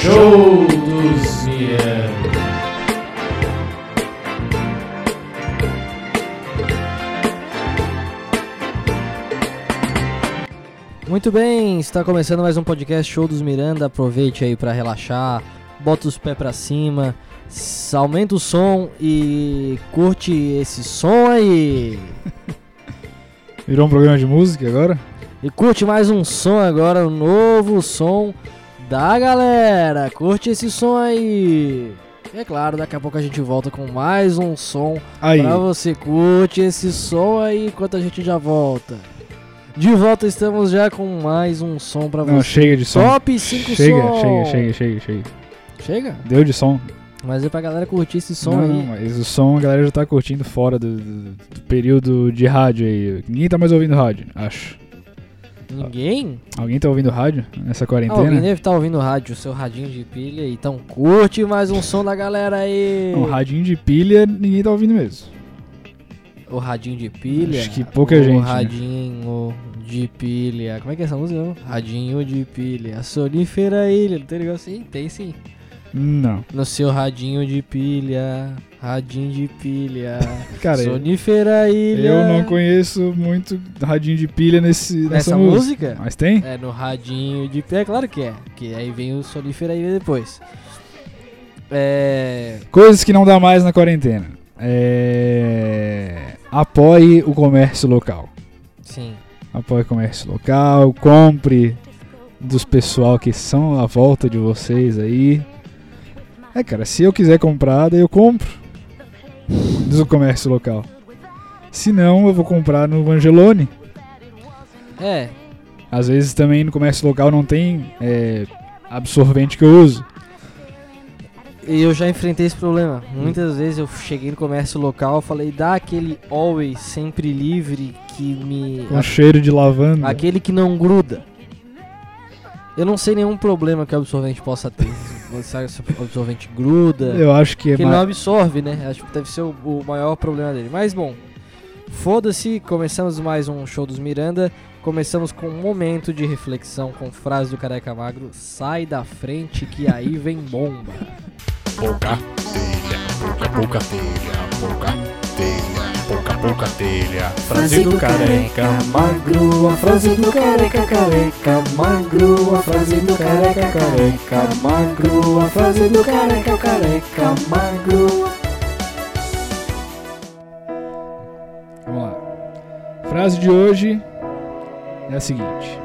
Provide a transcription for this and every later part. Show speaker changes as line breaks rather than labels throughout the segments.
Show dos Mianos.
Muito bem, está começando mais um podcast Show dos Miranda. Aproveite aí para relaxar, bota os pés para cima, s- aumenta o som e curte esse som aí.
Virou um programa de música agora?
E curte mais um som agora, um novo som da galera. Curte esse som aí. E é claro, daqui a pouco a gente volta com mais um som
Aí.
Pra você, curte esse som aí enquanto a gente já volta. De volta estamos já com mais um som pra
Não,
você.
chega de som.
Top 5
chega,
som.
chega, chega, chega, chega.
Chega?
Deu de som.
Mas é pra galera curtir esse som
não,
aí.
mas o som a galera já tá curtindo fora do, do- do período de rádio aí. Ninguém tá mais ouvindo rádio, acho.
Ninguém?
Alguém tá ouvindo rádio nessa
Alguém
quarentena?
deve estar ouvindo o rádio, seu radinho de pilha. Então curte mais um som da galera aí.
um radinho de pilha, ninguém tá ouvindo mesmo.
O radinho de pilha.
Acho que pouca
o
gente, né?
radinho de pilha. Como é que é essa música? não? Radinho de pilha. A sonífera ilha. Não tem negócio assim? Tem sim.
Não.
No seu radinho de pilha, radinho de pilha,
Cara, eu,
sonífera ilha.
eu não conheço muito radinho de pilha nesse, nessa,
Essa
música.
música?
Mas tem?
É, no radinho de pilha, é claro que é. Que aí vem o sonífera ilha depois. É...
Coisas que não dá mais na quarentena. É... Apoie o comércio local.
Sim.
Apoie o comércio local, compre dos pessoal que são à volta de vocês aí. É, cara, se eu quiser comprar, daí eu compro do comércio local. Se não, eu vou comprar no Angelone.
É,
Às vezes também no comércio local não tem é, absorvente que eu uso.
E eu já enfrentei esse problema. Muitas vezes eu cheguei no comércio local, falei, dá aquele always sempre livre que me.
Com cheiro de lavanda.
Aquele que não gruda. Eu não sei nenhum problema que o absorvente possa ter. Sabe se o absorvente gruda.
Eu acho que é
que ele
mais-
não absorve, né? Acho que deve ser o, o maior problema dele. Mas bom, foda-se, começamos mais um show dos Miranda. Começamos com um momento de reflexão com frase do Careca Magro: sai da frente que aí vem bomba.
pouca telha, pouca, pouca telha, pouca telha, pouca, pouca telha. Frase do careca magro, a frase do careca careca magro, a frase do careca careca magro, a frase do careca careca magro.
Vamos lá. Frase de hoje é a seguinte: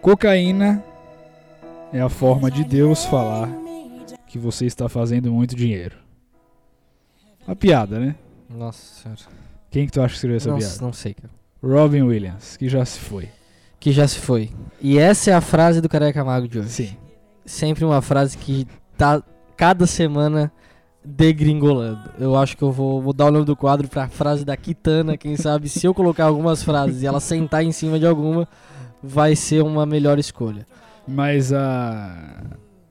Cocaína é a forma de Deus falar que você está fazendo muito dinheiro. Uma piada, né?
Nossa senhora.
Quem que tu acha que escreveu essa é
Não,
piada?
não sei, cara.
Robin Williams, que já se foi.
Que já se foi. E essa é a frase do Careca Magro de hoje.
Sim.
sempre uma frase que tá cada semana degringolando. Eu acho que eu vou mudar o nome do quadro pra frase da Kitana. Quem sabe se eu colocar algumas frases e ela sentar em cima de alguma, vai ser uma melhor escolha.
Mas a.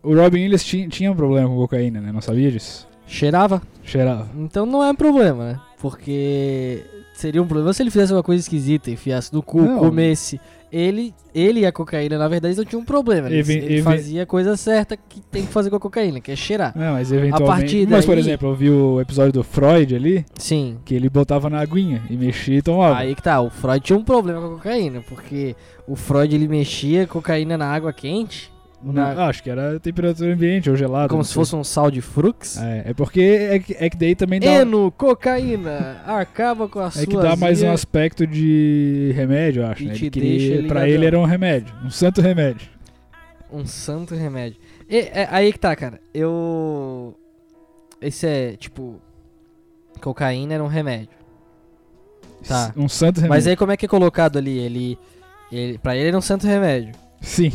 O Robin Williams ti- tinha um problema com cocaína, né? Não sabia disso?
Cheirava?
Cheirava.
Então não é um problema, né? Porque seria um problema se ele fizesse uma coisa esquisita, enfiasse no cu,
Não.
comesse. Ele, ele e a cocaína, na verdade, não tinham um problema. Ele,
Even-
ele
even-
fazia a coisa certa que tem que fazer com a cocaína, que é cheirar.
Não, mas eventualmente.
partir
mas, por
daí-
exemplo, eu vi o episódio do Freud ali,
Sim.
que ele botava na aguinha e mexia e tomava.
Aí que tá, o Freud tinha um problema com a cocaína, porque o Freud ele mexia cocaína na água quente, na-
Ah, acho que era temperatura ambiente ou gelada.
como
não
se
sei.
fosse um sal de frux.
É, é porque é que, é que daí também dá,
Eno, cocaína, acaba com a sua.
é que dá mais um
azia.
aspecto de remédio, eu acho.
E
Né?
te
Ele queria-
deixa ligadão.
pra ele era um remédio, um santo remédio.
Um santo remédio. E- é, aí que tá, cara. Eu. Esse é, tipo. Cocaína era um remédio. Tá.
S- Um santo remédio.
Mas aí como é que é colocado ali? Ele. ele pra ele era um santo remédio.
Sim.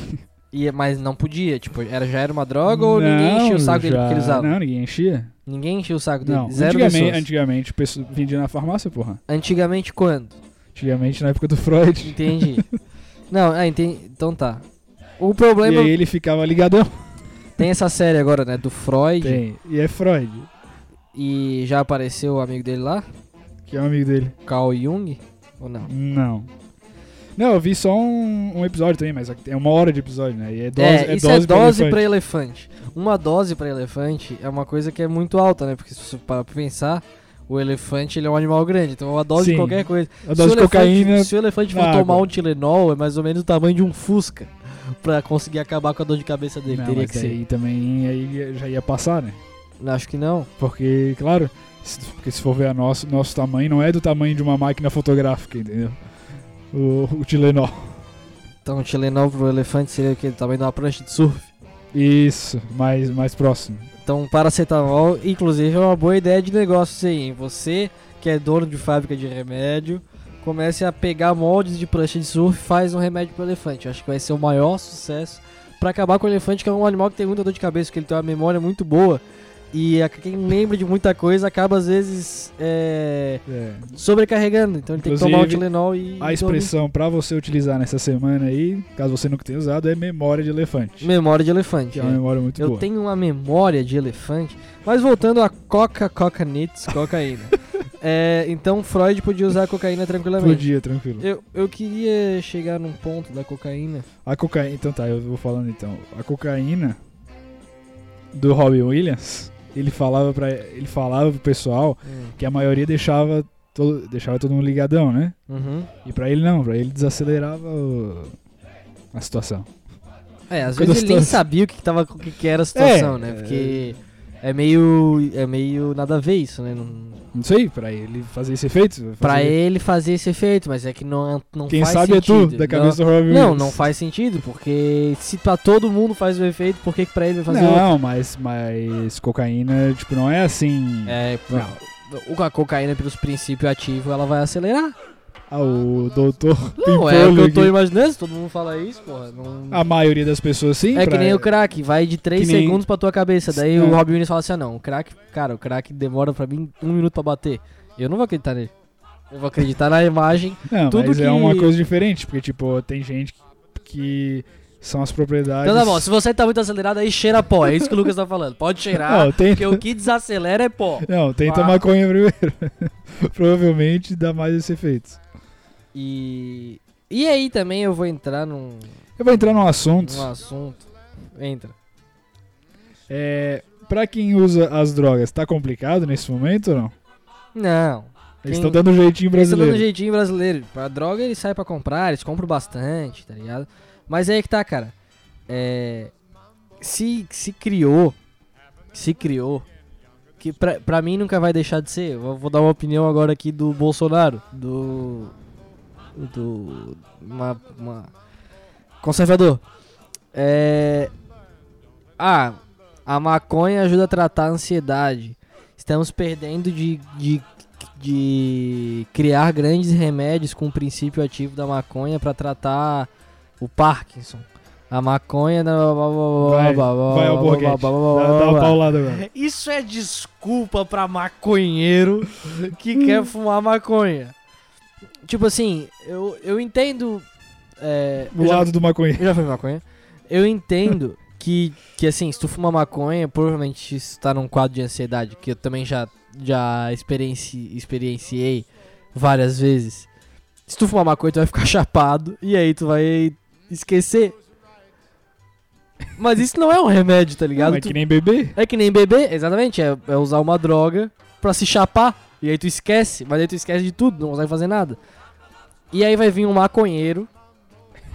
E, mas não podia, tipo, era, já era uma droga ou ninguém
Não,
enchia o saco dele
já-
porque ele usava?
Não, ninguém enchia.
Ninguém enchia o saco dele.
Não,
Zero
antigamente,
pessoas.
antigamente o pessoal vendia na farmácia, porra.
Antigamente quando?
Antigamente na época do Freud.
Entendi. Não, ah, entendi. Então tá. O problema.
E aí ele ficava ligadão.
Tem essa série agora, né? Do Freud.
Tem. E é Freud,
E já apareceu o amigo dele lá,
que é um amigo dele.
Carl Jung? Ou não?
Não. Não, eu vi só um, um episódio também, mas é uma hora de episódio, né? E é dose,
é, isso é
pra
dose
elefante.
pra elefante. Uma dose pra elefante é uma coisa que é muito alta, né? Porque se você parar pra pensar, o elefante ele é um animal grande, então é uma dose
Sim.
de qualquer coisa.
A É dose
se o
de
elefante-
cocaína.
se o elefante for
na
tomar
água.
um Tilenol, é mais ou menos o tamanho de um Fusca pra conseguir acabar com a dor de cabeça dele.
Não,
Teria
mas
que ser.
aí também aí já ia passar, né?
Acho que não.
Porque, claro, se, porque se for ver a nosso, nosso tamanho, não é do tamanho de uma máquina fotográfica, entendeu? O, o Tilenol.
Então, o Tilenol pro elefante seria o que? Também uma prancha de surf.
Isso, mais, mais próximo.
Então, paracetamol, inclusive, é uma boa ideia de negócio isso aí. hein? Você que é dono de fábrica de remédio, comece a pegar moldes de prancha de surf e faz um remédio pro elefante. Eu acho que vai ser o maior sucesso pra acabar com o elefante, que é um animal que tem muita dor de cabeça, porque ele tem uma memória muito boa. E a- quem lembra de muita coisa acaba, às vezes, é,
É.
sobrecarregando. Então ele tem que tomar o
Inclusive,
Tilenol e...
A
e dormir.
expressão pra você utilizar nessa semana aí, caso você nunca tenha usado, é memória de elefante.
Memória de elefante.
que é uma
é.
memória muito
Eu
boa.
tenho uma memória de elefante. Mas voltando a coca, coca nits, cocaína. É, então Freud podia usar a cocaína tranquilamente.
Podia, tranquilo.
Eu, eu queria chegar num ponto da cocaína.
A cocaína. Então tá, eu vou falando então. A cocaína do Robin Williams, ele falava para ele falava pro pessoal que a maioria deixava todo, deixava todo mundo ligadão, né?
Uhum.
E pra ele não, pra ele desacelerava o- a situação.
É, às
Coisa
vezes ele nem
gostosa.
sabia o que, que tava, o que, que era a situação,
É,
né?
é.
Porque é meio, é meio nada a ver isso, né? Não-
Não sei, pra ele fazer esse efeito. fazer-
pra ele fazer esse efeito, mas é que não, não
Quem
faz
sabe
sentido.
é tu, da
Não-
cabeça do Robin
Não,
Williams.
não faz sentido, porque se pra todo mundo faz o efeito, por que, que pra ele vai fazer outro?
Não, mas, mas cocaína, tipo, não é assim.
É,
Não.
o- a cocaína pelos princípios ativos, ela vai acelerar.
Ah, o doutor.
Não, é o que
Pimpolho
eu tô
aqui.
imaginando, se todo mundo fala isso, porra. não-
A maioria das pessoas Ah, sim.
É que
pra-
nem o crack, vai de 3
Que nem-
segundos pra tua cabeça. Daí
É.
o Robin Williams fala assim, ah não, o crack, cara, o crack demora pra mim um minuto pra bater. Eu não vou acreditar nele. Eu vou acreditar na imagem.
Não,
Tudo
mas
que-
é uma coisa diferente, porque, tipo, tem gente que são as propriedades.
Então tá bom, se você tá muito acelerado, aí cheira pó. É isso que o Lucas tá falando. Pode cheirar,
Não, tem-
porque o que desacelera é pó.
Não, tenta
Ah.
maconha primeiro. Provavelmente dá mais esse efeito.
E... E aí também eu vou entrar num,
Eu vou entrar num assunto.
num assunto. Entra.
É, pra quem usa as drogas, tá complicado nesse momento ou não?
Não,
Eles
Quem-
estão dando um jeitinho
Eles estão dando
brasileiro.
um jeitinho brasileiro. Pra droga eles saem pra comprar, eles compram bastante, tá ligado? Mas é aí que tá, cara. É. Se, se criou. Se criou. Que pra, pra mim nunca vai deixar de ser. Eu vou, vou dar uma opinião agora aqui do Bolsonaro. Do. Do. Uma. uma- conservador. É. Ah, a maconha ajuda a tratar a ansiedade. Estamos perdendo de- de de criar grandes remédios com o princípio ativo da maconha pra tratar o Parkinson. A maconha.
Vai, vai ao Borghetti. Dá, dá uma paulada agora.
Isso é desculpa pra maconheiro que quer fumar maconha. Tipo assim, eu, eu entendo. É,
O
eu já-
lado do maconheiro.
eu já fumei maconha. Eu entendo que, que assim, se tu fuma maconha, provavelmente isso tá num quadro de ansiedade, que eu também já, já experienci, experienciei várias vezes. Se tu fumar maconha, tu vai ficar chapado e aí tu vai esquecer. Mas isso não é um remédio, tá ligado?
é
Tu-
que nem bebê.
é que nem beber, exatamente, é, é usar uma droga pra se chapar. E aí tu esquece, mas aí tu esquece de tudo, não consegue fazer nada. E aí vai vir um maconheiro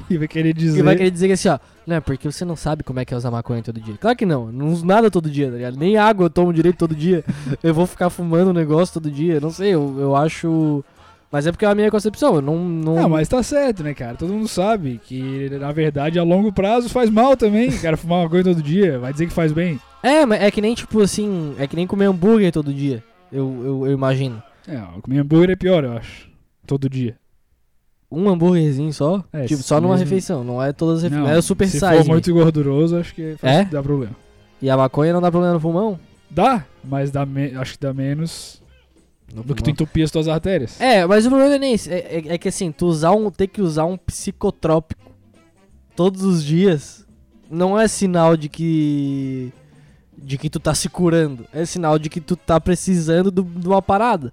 E vai querer dizer.
e vai querer dizer que assim, ó, não é porque você não sabe como é que é usar maconha todo dia. Claro que não, eu não uso nada todo dia, tá ligado? Nem água eu tomo direito todo dia. Eu vou ficar fumando um negócio todo dia, não sei, eu, eu acho. Mas é porque é a minha concepção, eu não. não...
Ah, mas tá certo, né, cara? Todo mundo sabe que, na verdade, a longo prazo faz mal também. Cara, fumar uma coisa todo dia, vai dizer que faz bem.
É, mas é que nem tipo assim, é que nem comer hambúrguer todo dia, eu, eu, eu imagino.
É, comer hambúrguer é pior, eu acho. Todo dia.
Um hambúrguerzinho só,
É,
tipo, só numa
mesmo-
refeição, não é todas as refeições, é o super
se
size.
for muito gorduroso, acho que faz-
É?
dá problema.
E a maconha não dá problema no pulmão?
Dá, mas dá me- acho que dá menos Do que tu entupia as tuas artérias.
É, mas o problema não é nem isso. É, é- é que assim, tu usar um, ter que usar um psicotrópico todos os dias não é sinal de que. de que tu tá se curando. É sinal de que tu tá precisando do- de uma parada.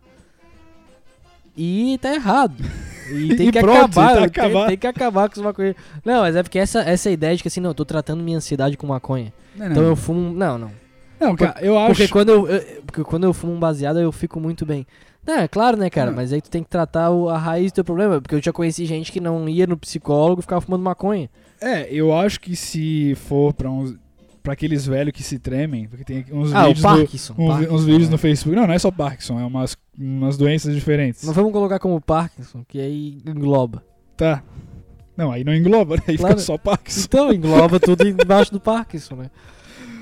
E tá errado. E tem
E
que
pronto,
acabar,
tá
tem-
acabado.
Tem, que acabar com isso maconha. Não, mas é porque essa, essa ideia de que assim, não, eu tô tratando minha ansiedade com maconha.
Não,
Então eu fumo. Não, não.
Não, cara, eu acho.
Porque quando eu, eu- porque quando eu fumo um baseado, eu fico muito bem. Não, é claro, né, cara?
Não.
Mas aí tu tem que tratar o- a raiz do teu problema. Porque eu já conheci gente que não ia no psicólogo e ficava fumando maconha.
É, eu acho que se for pra uns. Pra aqueles velhos que se tremem, porque tem uns
ah, o
vídeos. do-
Parkinson.
um vi-
Parkinson,
uns vídeos
né?
no Facebook. Não, não é só Parkinson, é umas, umas doenças diferentes.
Não vamos colocar como Parkinson, que aí engloba.
Tá. Não, aí não engloba, né? Aí
Claro.
fica só Parkinson.
Então, engloba tudo embaixo do Parkinson, né?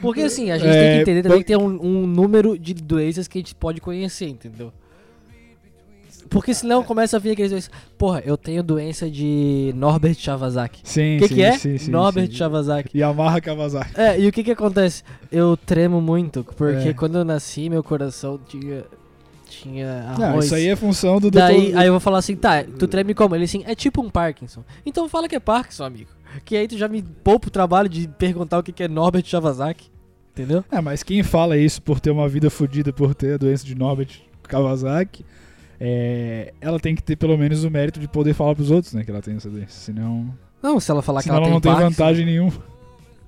Porque assim, a gente
É,
tem que entender também
por-
que tem um, um número de doenças que a gente pode conhecer, entendeu? Porque senão começa a vir aqueles doenças. Porra, eu tenho doença de Norbert Kawasaki.
Sim,
O que,
sim,
que é?
Sim, sim,
Norbert
sim.
Kawasaki.
E amarra Kawasaki.
É, e o que que acontece? Eu tremo muito, porque
É.
quando eu nasci, meu coração tinha. tinha arroz.
Não, isso aí é Hum. função do
Daí,
doutor.
aí eu vou falar assim, tá, tu treme como? Ele assim, é tipo um Parkinson. Então fala que é Parkinson, amigo. Que aí tu já me poupa o trabalho de perguntar o que que é Norbert Kawasaki. Entendeu?
É, mas quem fala isso por ter uma vida fodida, por ter a doença de Norbert Kawasaki, é, ela tem que ter pelo menos o mérito de poder falar pros outros, né? Que ela tem essa doença. Senão,
Não, se ela falar que
senão ela
ela,
não tem
tem Parkinson.
vantagem nenhuma.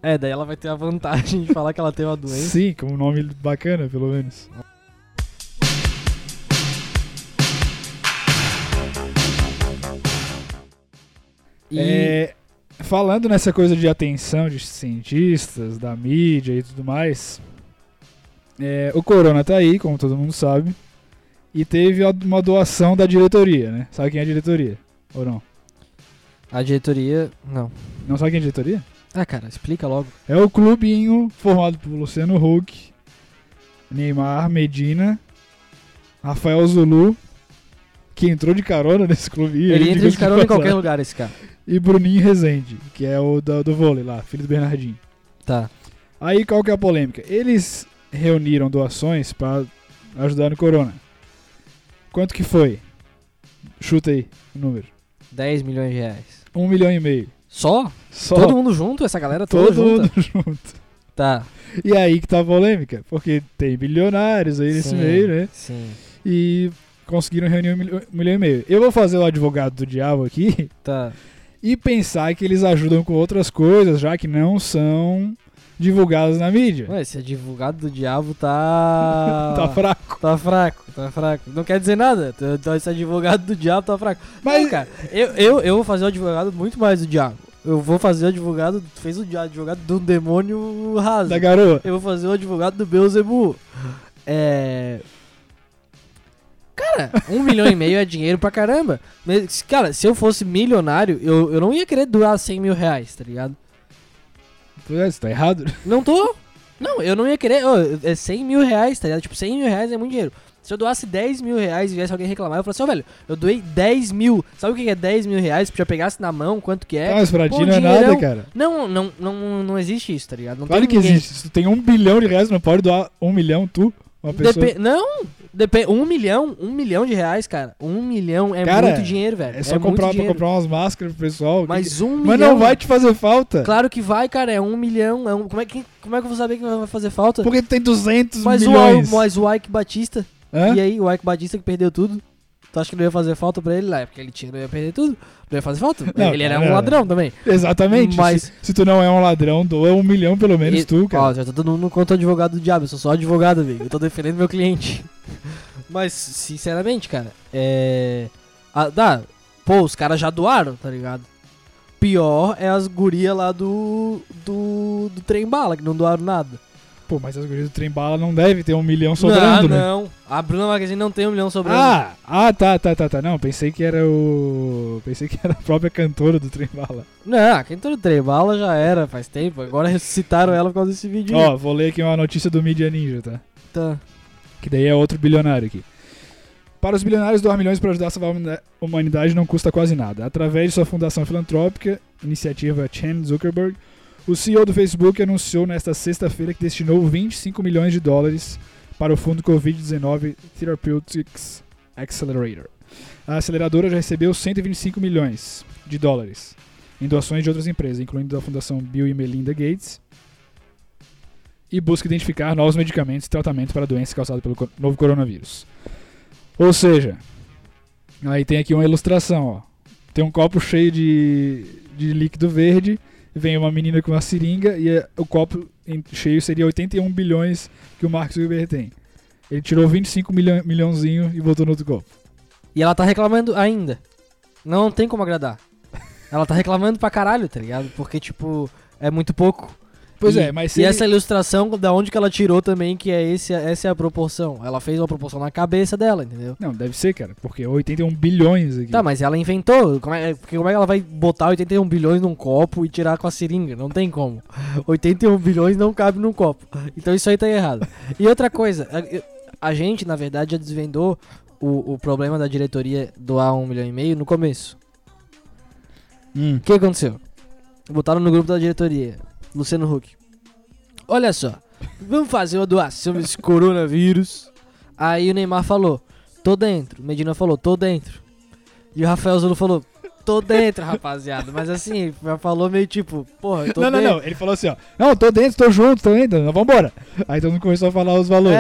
É, daí ela vai ter a vantagem de falar que ela tem uma doença.
Sim, com um nome bacana, pelo menos.
E
É, falando nessa coisa de atenção de cientistas, da mídia e tudo mais, é, o Corona tá aí, como todo mundo sabe, e teve a- uma doação da diretoria, né? Sabe quem é a diretoria? Ou não?
a diretoria. Não.
Não sabe quem é a diretoria?
Ah, cara, explica logo.
É o clubinho formado por Luciano Huck, Neymar, Medina, Rafael Zulu, que entrou de carona nesse clube. aí,
Ele entra
diga-se
de carona em qualquer um.
passagem,
lugar, esse cara.
E Bruninho Rezende, que é o da- do vôlei lá, filho do Bernardinho.
Tá.
Aí qual que é a polêmica? Eles reuniram doações pra ajudar no corona. Quanto que foi? Chuta aí o número.
10 milhões de reais.
Um milhão e meio.
Só?
Só
Todo mundo junto? Essa galera toda
todo
junta?
mundo junto.
Tá.
E aí que tá a polêmica, porque tem bilionários aí nesse
Sim,
meio, né?
Sim.
E conseguiram reunir um milho- um milhão e meio. Eu vou fazer o advogado do diabo aqui
Tá.
e pensar que eles ajudam com outras coisas, já que não são divulgadas na mídia.
Ué, esse advogado do diabo tá.
Tá fraco.
Tá fraco, tá fraco. Não quer dizer nada. T- t- Esse advogado do diabo tá fraco.
Mas-
Mas, cara, eu, eu, eu vou fazer o advogado muito mais do diabo. Eu vou fazer o advogado. tu Fez o di- advogado do demônio raso.
Da garoa.
Eu vou fazer o advogado do Beuzebu. É. Cara, um milhão e meio é dinheiro pra caramba. Mas, cara, se eu fosse milionário, eu, eu não ia querer doar 100 mil reais, tá ligado?
Pois é, você tá errado.
Não tô. Não, eu não ia querer. Ô, é 100 mil reais, tá ligado? Tipo, 100 mil reais é muito dinheiro. Se eu doasse 10 mil reais e viesse alguém reclamar, eu falasse, assim, ó, velho, eu doei 10 mil. Sabe o que que é 10 mil reais? Se eu já pegasse na mão quanto que
Tá,
é.
mas pra
Pô,
ti não é
dinheirão.
nada, cara.
Não, não, não, não existe isso, tá ligado? Não
Claro
tem
que
ninguém-
existe. Se tu tem um bilhão de reais, tu não pode doar um milhão, tu, uma pessoa.
Depe- Não, depe... um milhão, um milhão de reais, cara. Um milhão é
Cara,
muito dinheiro, velho.
É só
muito
comprar, pra
dinheiro.
comprar umas máscaras pro pessoal. Que-
Mas um milhão.
Mas não vai te fazer falta.
Claro que vai, cara. É um milhão. É um... Como, é que... Como é que eu vou saber que vai fazer falta?
Porque tu tem 200
Mas o, Al-
milhões.
mas o Ike Batista.
Hã?
E é- aí, o Ike Batista que perdeu tudo. Tu acha que não ia fazer falta pra ele lá? É Porque ele tinha, não ia perder tudo. Não ia fazer falta.
Não,
ele era
cara,
um ladrão também.
Exatamente.
Mas-
Se, se tu não é um ladrão, doa um milhão pelo menos
E-
tu, cara.
Ó, já tá todo mundo contra o advogado do diabo. Eu sou só advogado, amigo. Eu tô defendendo meu cliente. Mas, sinceramente, cara, é. Ah, tá. Pô, os caras já doaram, tá ligado? Pior é as gurias lá do. do. do trem bala, que não doaram nada.
Pô, mas as gurias do trem bala não deve ter um milhão sobrando,
não,
né?
não. A Bruna Magazine não tem um milhão sobrando.
Ah, ah, tá, tá, tá, tá. Não, pensei que era o. Pensei que era a própria cantora do trem bala.
Não, quem entrou no trem bala já era faz tempo. Agora ressuscitaram ela por causa desse vídeo. aí.
Ó, vou ler aqui uma notícia do Media Ninja, tá?
Tá.
Que daí é outro bilionário aqui. Para os bilionários, doar milhões para ajudar a salvar a humani- humanidade não custa quase nada. Através de sua fundação filantrópica, iniciativa Chan Zuckerberg, o CEO do Facebook anunciou nesta sexta-feira que destinou 25 milhões de dólares para o Fundo Covid-19 Therapeutics Accelerator. A aceleradora já recebeu 125 milhões de dólares em doações de outras empresas, incluindo da Fundação Bill e Melinda Gates, e busca identificar novos medicamentos e tratamentos para doenças causadas pelo co- novo coronavírus. Ou seja, aí tem aqui uma ilustração, ó. Tem um copo cheio de, de líquido verde, vem uma menina com uma seringa e é- o copo em- cheio seria 81 bilhões que o Mark Zuckerberg tem. Ele tirou 25 milhão, milhãozinho e botou no outro copo.
E ela tá reclamando ainda. Não tem como agradar. Ela tá reclamando pra caralho, tá ligado? Porque, tipo, é muito pouco.
Pois
E-
é, mas se
E
ele-
essa ilustração da onde que ela tirou também, que é esse, essa é a proporção. Ela fez uma proporção na cabeça dela, entendeu?
Não, deve ser, cara, porque 81 bilhões aqui.
Tá, mas ela inventou. Como é, porque como é que ela vai botar 81 bilhões num copo e tirar com a seringa? Não tem como. 81 bilhões não cabe num copo. Então isso aí tá errado. E outra coisa, a, eu- a gente, na verdade, já desvendou o, o problema da diretoria doar um milhão e meio no começo.
Hum.
O que aconteceu? Botaram no grupo da diretoria, Luciano Huck. Olha só, vamos fazer uma doação desse coronavírus. Aí o Neymar falou, tô dentro. Medina falou, tô dentro. E o Rafael Zulu falou, tô dentro, rapaziada. Mas assim, ele falou meio tipo, porra, eu tô
Não, não,
dentro.
não. Ele falou assim, ó. Não, tô dentro, tô junto, tô indo, não, vambora. Aí todo mundo começou a falar os valores.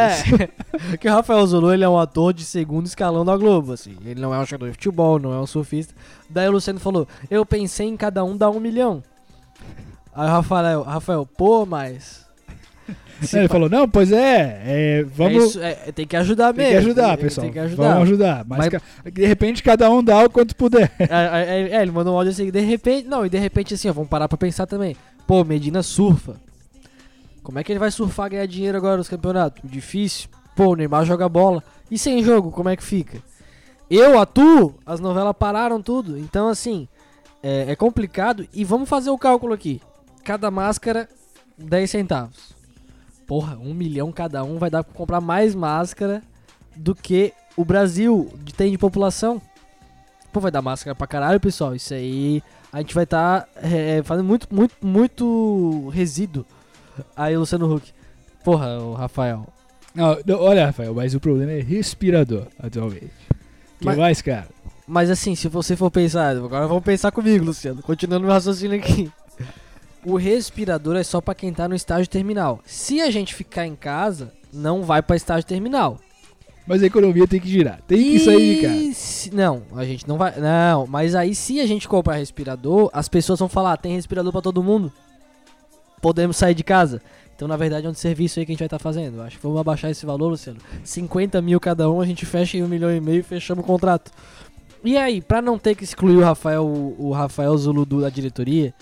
É, que o Rafael Zulu ele é um ator de segundo escalão da Globo, assim. Ele não é um jogador de futebol, não é um surfista. Daí o Luciano falou: Eu pensei em cada um dar um milhão. Aí o Rafael, Rafael pô, mas. se
Aí ele
pa-
falou, não, pois é, é,
é
vamos...
isso, é, tem que ajudar
Tem
mesmo.
que ajudar,
ele- ele
pessoal.
Tem que
Vamos
ajudar.
ajudar. Mas,
Mas-
ca- de repente cada um dá o quanto puder.
É, é, é, ele mandou um áudio assim, de repente. Não, e de repente assim, ó, vamos parar pra pensar também. Pô, Medina surfa. Como é que ele vai surfar e ganhar dinheiro agora nos campeonatos? Difícil. Pô, o Neymar joga bola. E sem jogo, como é que fica? Eu atuo, as novelas pararam tudo. Então, assim, é, é complicado. E vamos fazer o cálculo aqui. Cada máscara, 10 centavos. Porra, um milhão cada um vai dar pra comprar mais máscara do que o Brasil de- tem de população. Pô, vai dar máscara pra caralho, pessoal. Isso aí a gente vai estar fazendo muito, muito, muito resíduo. Aí o Luciano Huck. Porra, o Rafael.
Não, não, olha, Rafael, mas o problema é respirador atualmente. Que
Mas-
mais, cara?
Mas assim, se você for pensar, agora vamos pensar comigo, Luciano. Continuando meu raciocínio aqui. O respirador é só pra quem tá no estágio terminal. Se a gente ficar em casa, não vai pra estágio terminal.
Mas a economia tem que girar. Tem que sair, cara.
E se- Não, a gente não vai. Não, mas aí se a gente comprar respirador, as pessoas vão falar: "Ah, tem respirador pra todo mundo? Podemos sair de casa? Então, na verdade, é um serviço aí que a gente vai estar fazendo. Acho que vamos abaixar esse valor, Luciano. 50 mil cada um, a gente fecha em um milhão e meio e fechamos o contrato. E aí, pra não ter que excluir o Rafael, o Rafael Zulu do- da diretoria,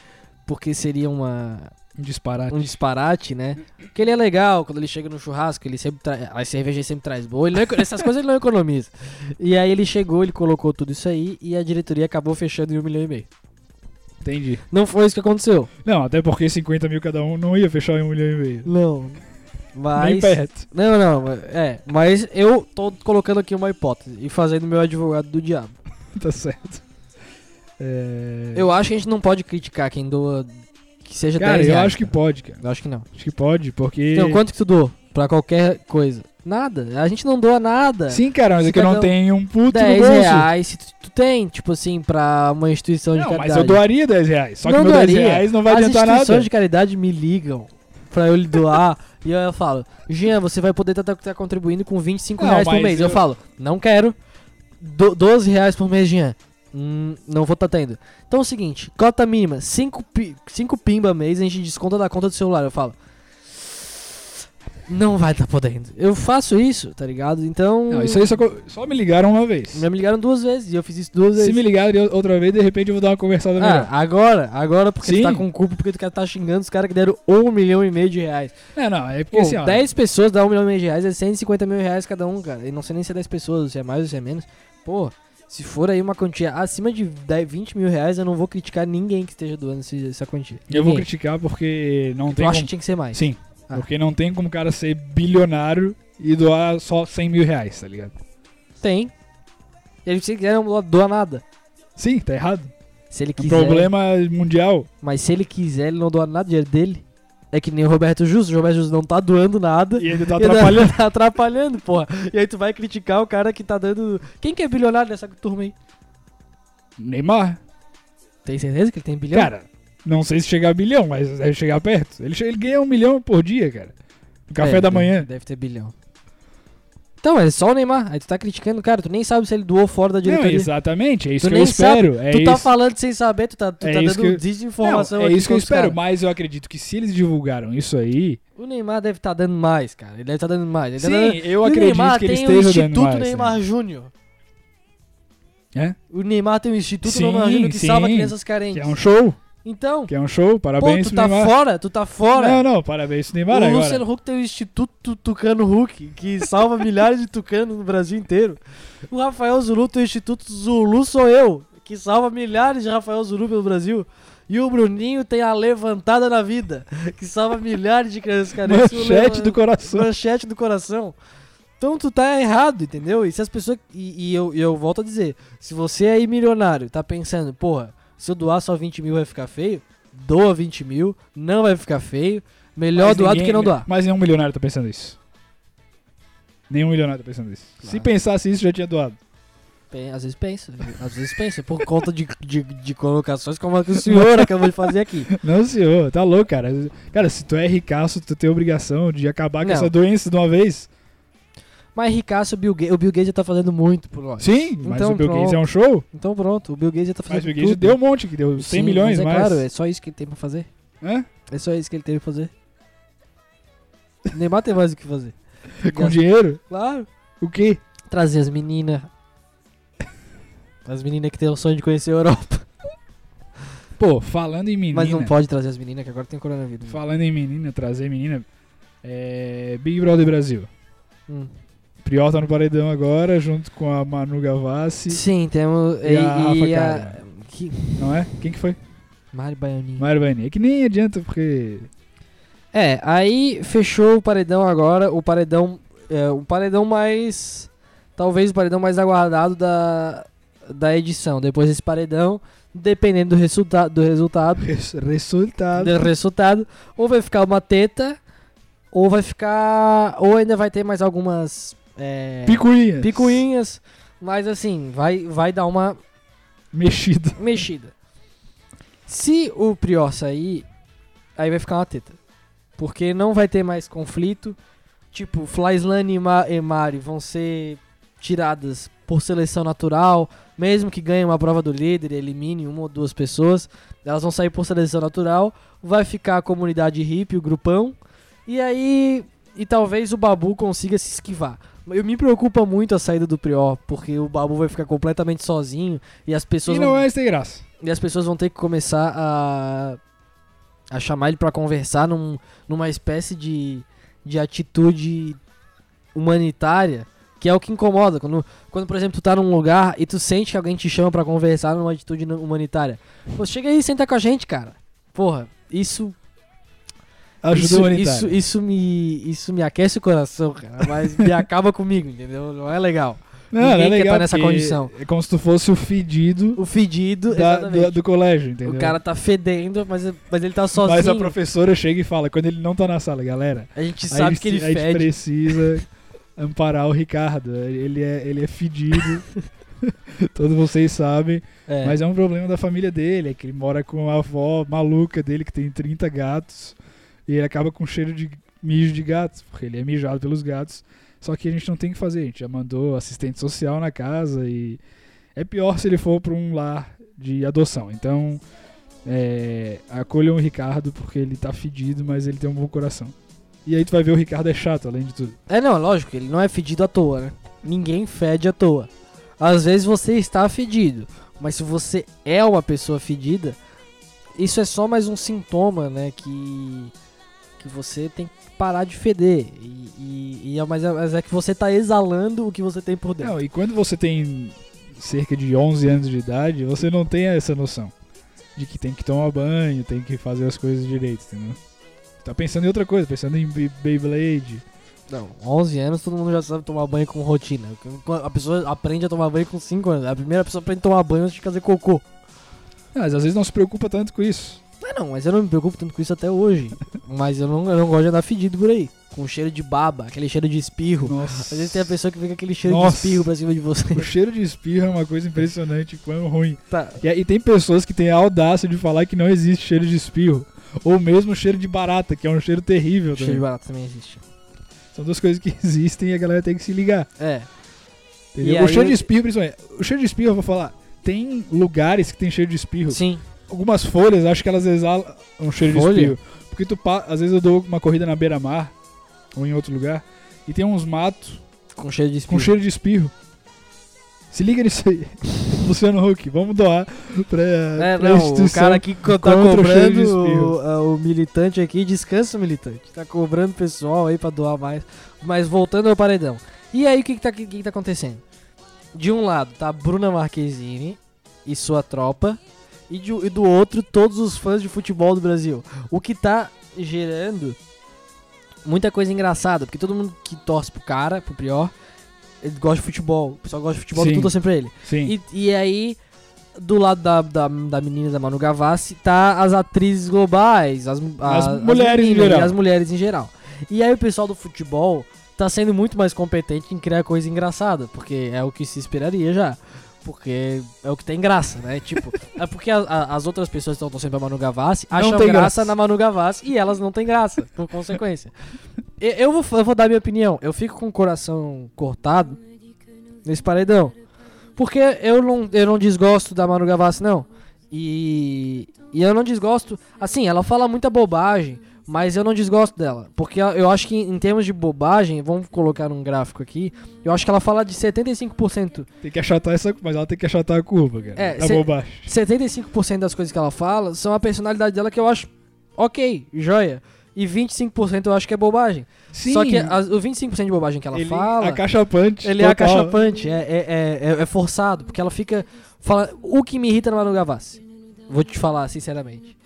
porque seria uma,
Um disparate.
um disparate, né? Porque ele é legal, quando ele chega no churrasco, ele sempre traz. As cervejas sempre traz boa. Ele não eco- essas coisas ele não economiza. E aí ele chegou, ele colocou tudo isso aí e a diretoria acabou fechando em um milhão e meio.
Entendi.
Não foi isso que aconteceu.
Não, até porque 50 mil cada um não ia fechar em um milhão e meio.
Não.
Nem
Mas.
perto.
Não, não, é. Mas eu tô colocando aqui uma hipótese e fazendo meu advogado do diabo.
Tá certo. É...
Eu acho que a gente não pode criticar quem doa que seja
Cara,
10
eu
reais,
acho que
cara.
pode, cara.
Eu acho que não.
Acho que pode, porque.
Então, quanto que tu doa pra qualquer coisa? Nada. A gente não doa nada.
Sim, cara, mas é
Se
que eu não
cada um-
tenho um puto
10
no bolso.
reais, se tu, tu tem, tipo assim, pra uma instituição de
Não,
caridade.
mas eu doaria 10 reais. Só que
Não
meu 10
doaria.
reais não vai
As
adiantar
instituições
nada.
de caridade me ligam pra eu lhe doar e eu, eu falo, Jean, você vai poder estar tá contribuindo com 25
Não,
reais por
mas
mês. Eu...
eu-
falo, não quero. Do, 12 reais por mês, Jean. Hum, não vou estar tendo. Então é o seguinte, cota mínima, 5 pi, cinco pimba mês, a gente desconta da conta do celular. Eu falo. Não vai estar podendo. Eu faço isso, tá ligado? Então.
Não, isso aí só, co- só me ligaram uma vez.
Já me ligaram duas vezes e eu fiz isso duas vezes.
Se me ligarem outra vez, de repente eu vou dar uma conversada
Ah,
melhor.
agora, agora porque
Sim.
tu tá com culpa, porque tu quer tá xingando os caras que deram um milhão e meio de reais.
Não, não, é porque
Pô,
assim, ó.
10 pessoas dá um milhão e meio de reais, é 150 mil reais cada um, cara. E não sei nem se é 10 pessoas, se é mais ou se é menos. Pô, se for aí uma quantia acima de 10, 20 mil reais, eu não vou criticar ninguém que esteja doando esse- essa quantia.
Eu vou
Ninguém.
criticar porque não tem
Eu acho
como...
que tinha que ser mais.
Sim,
Ah.
porque não tem como o cara ser bilionário e doar só 100 mil reais, tá ligado?
Tem. Ele se quiser não doa nada.
Sim, tá errado.
Se ele
É um
quiser.
problema mundial.
Mas se ele quiser, ele não doa nada, dinheiro dele. é que nem o Roberto Justo. O Roberto Justo não tá doando nada.
E ele tá
E daí
atrapalhando.
tá atrapalhando, porra. E aí tu vai criticar o cara que tá dando. Quem que é bilionário dessa turma aí?
Neymar.
Tem certeza que ele tem bilhão?
Cara, não sei se chegar a bilhão, mas deve chegar perto. Ele, che- ele ganha um milhão por dia, cara. No café
É,
da
deve-
manhã.
Deve ter bilhão. Então, é só o Neymar. Aí tu tá criticando, cara. Tu nem sabe se ele doou fora da
Não,
diretoria.
exatamente. É isso
Tu
que eu
nem sabe.
espero. É
tu tá
isso.
falando sem saber, tu tá, tu
É
tá
isso
dando
que eu-
desinformação
Não, é
aqui
isso que eu
com os
espero,
caras.
mas eu acredito que se eles divulgaram isso aí.
O Neymar deve estar dando mais, cara. Ele deve estar dando mais. Ele
Sim,
deve tá dando...
eu
E o
acredito
Neymar
que ele
tem o
esteja dando
Instituto
mais. né?
Neymar Júnior.
É?
O Neymar tem o Instituto
Sim,
Neymar Júnior que
sim.
salva crianças
Que
carentes.
é um show,
Então,
que é um show.
pô,
Parabéns,
tu tá
Neymar.
fora, tu tá fora.
Não, não, parabéns, Neymar.
o
Agora.
Luciano Huck tem o Instituto Tucano Huck, que salva milhares de tucanos no Brasil inteiro. O Rafael Zulu tem o Instituto Zulu Sou Eu, que salva milhares de Rafael Zulu pelo Brasil. E o Bruninho tem a Levantada na Vida, que salva milhares de crianças carentes. O
Manchete do coração.
manchete do coração. Então tu tá errado, entendeu? E se as pessoas. E, e eu, e eu volto a dizer, se você aí milionário tá pensando, porra, se eu doar só 20 mil vai ficar feio, doa 20 mil, não vai ficar feio. Melhor
Mas
doar do
ninguém-
que não doar.
Mas nenhum milionário tá pensando isso. Nenhum milionário tá pensando isso. Se
Claro.
pensasse isso, já tinha doado.
Pen- Às vezes pensa, às vezes pensa, por conta de, de, de colocações como a que o senhor acabou de fazer aqui.
Não, senhor, tá louco, cara. Cara, se tu é ricaço, tu tem a obrigação de acabar com
Não.
essa doença de uma vez.
Mas ricaço, o Bill Gates, o Bill Gates já tá fazendo muito por nós.
Sim, mas
Então,
o Bill Gates
pronto.
é um show.
Então pronto, o Bill Gates já tá fazendo
Mas o Bill Gates
tudo.
deu um monte, que deu 100
Sim,
milhões
mas é
mais.
Claro, é só isso que ele tem pra fazer.
Hã?
É só isso que ele teve que fazer. O Neymar tem mais o que fazer.
Com dinheiro?
Claro.
O quê?
Trazer as meninas. As meninas que têm o sonho de conhecer a Europa.
Pô, falando em menina.
Mas não pode trazer as meninas, que agora tem coronavírus.
Falando em menina, trazer menina. É. Big Brother Brasil.
Hum.
Prior tá no paredão agora, junto com a Manu Gavassi,
Sim, temos.
E a Rafa
que-
não é? Quem que foi?
Mari Baianinho.
Mário Bani. É que nem adianta, porque.
É, aí fechou o paredão agora, o paredão. É, o paredão mais. Talvez o paredão mais aguardado da, da edição. Depois desse paredão, dependendo do, resulta do resultado,
Res- Resultado.
do resultado, ou vai ficar uma teta, ou vai ficar. Ou ainda vai ter mais algumas. É,
Picuinha.
picuinhas. Mas assim, vai, vai dar uma
Mexido.
mexida. Se o Prior sair, aí vai ficar uma teta. Porque não vai ter mais conflito. Tipo, Flyslane e, Ma e Mari vão ser tiradas por seleção natural. Mesmo que ganhe uma prova do líder e elimine uma ou duas pessoas, elas vão sair por seleção natural. Vai ficar a comunidade hippie, o grupão. E aí. E talvez o Babu consiga se esquivar. Eu me preocupa muito a saída do Prior, porque o Babu vai ficar completamente sozinho e as pessoas
E
vão-
não é isso tem graça.
e as pessoas vão ter que começar a, a chamar ele pra conversar num, numa espécie de, de atitude humanitária, que é o que incomoda. Quando, quando, por exemplo, tu tá num lugar e tu sente que alguém te chama pra conversar numa atitude nu- humanitária. Pô, chega aí e senta com a gente, cara. Porra, isso.
Ajuda
isso, isso,
o
isso me. Isso me aquece o coração, cara. Mas me acaba comigo, entendeu? Não é legal. ninguém quer tá nessa
porque
condição.
É como se tu fosse o fedido
O fedido.
da-
exatamente.
do, do colégio, entendeu?
O cara tá fedendo, mas, mas ele tá sozinho.
Mas a professora chega e fala, quando ele não tá na sala, galera,
A gente
a
sabe
gente,
que ele
a gente
fede.
precisa amparar o Ricardo. Ele é, ele é fedido. Todos vocês sabem.
É.
Mas é um problema da família dele, é que ele mora com a avó maluca dele, que tem 30 gatos, e ele acaba com cheiro de mijo de gatos, porque ele é mijado pelos gatos. Só que a gente não tem o que fazer, a gente já mandou assistente social na casa e é pior se ele for para um lar de adoção. Então, é, acolham o Ricardo porque ele tá fedido, mas ele tem um bom coração. E aí tu vai ver o Ricardo é chato, além de tudo.
É, não, lógico, ele não é fedido à toa, né? Ninguém fede à toa. Às vezes você está fedido, mas se você é uma pessoa fedida, isso é só mais um sintoma, né? Que, que você tem que parar de feder. E, e- e é, mas, é, mas é que você tá exalando o que você tem por dentro.
Não, e quando você tem cerca de 11 anos de idade, você não tem essa noção de que tem que tomar banho, tem que fazer as coisas direito, entendeu? Tá pensando em outra coisa, pensando em Bey- Beyblade.
Não, 11 anos todo mundo já sabe tomar banho com rotina. A pessoa aprende a tomar banho com 5 anos. A primeira pessoa aprende a tomar banho antes de fazer cocô.
Ah, mas às vezes não se preocupa tanto com isso.
Ah, não, mas eu não me preocupo tanto com isso até hoje. Mas eu não, eu não gosto de andar fedido por aí. Com cheiro de baba, aquele cheiro de espirro. Às
Nossa.
vezes tem a pessoa que fica aquele cheiro
Nossa.
de espirro pra cima de você.
O cheiro de espirro é uma coisa impressionante, quão ruim.
Tá.
E, aí tem pessoas que têm a audácia de falar que não existe cheiro de espirro. Ou mesmo cheiro de barata, que é um cheiro terrível
Cheiro de
também.
barato também existe.
São duas coisas que existem e a galera tem que se ligar.
É.
Entendeu?
E
o
aí-
cheiro de espirro, principalmente. O cheiro de espirro, eu vou falar. Tem lugares que tem cheiro de espirro.
Sim.
Algumas folhas, acho que elas exalam um cheiro
Folha?
de espirro. Porque tu pa- às vezes eu dou uma corrida na beira-mar ou em outro lugar e tem uns matos
Com cheiro de espirro.
com cheiro de espirro. Se liga nisso aí. Luciano Huck, vamos doar pra,
É,
pra
não, o
instituição.
cara aqui que tá
contra o cheiro de
cobrando
espirro.
o, a- o militante aqui, descansa o militante. Tá cobrando o pessoal aí pra doar mais. Mas voltando ao paredão. E aí, o que, que, tá, que, que tá acontecendo? De um lado tá a Bruna Marquezine e sua tropa, e, de- e do outro, todos os fãs de futebol do Brasil. O que tá gerando muita coisa engraçada, porque todo mundo que torce pro cara, pro Prior, ele gosta de futebol. O pessoal gosta de futebol,
Sim.
tudo torcendo pra ele.
Sim.
E, e aí, do lado da, da, da menina da Manu Gavassi, tá as atrizes globais, as,
As
a-
mulheres em
meninas
geral.
E as mulheres em geral. E aí o pessoal do futebol tá sendo muito mais competente em criar coisa engraçada, porque é o que se esperaria já. Porque é o que tem graça, né? Tipo, é porque a- a- as outras pessoas que estão torcendo pra Manu Gavassi
Não
acham
tem
graça,
graça.
na Manu Gavassi e elas não têm graça, por consequência. E- Eu vou, eu vou dar minha opinião. Eu fico com o coração cortado nesse paredão. Porque eu não, eu não desgosto da Manu Gavassi, não. E, e eu não desgosto. Assim, ela fala muita bobagem, mas eu não desgosto dela. Porque eu- eu acho que, em termos de bobagem, vamos colocar num gráfico aqui. Eu acho que ela fala de 75%.
Tem que achatar essa mas ela tem que achatar a curva, cara.
É,
tá
cê-
bom baixo.
75% das coisas que ela fala são a personalidade dela que eu acho ok, joia. E 25% eu acho que é bobagem.
Sim,
Só que as- o 25% de bobagem que ela
ele é
fala.
acachapante.
Ele é
total.
acachapante, é, é, é, é forçado, porque ela fica. Fala, o que me irrita na Manu Gavassi, vou te falar sinceramente.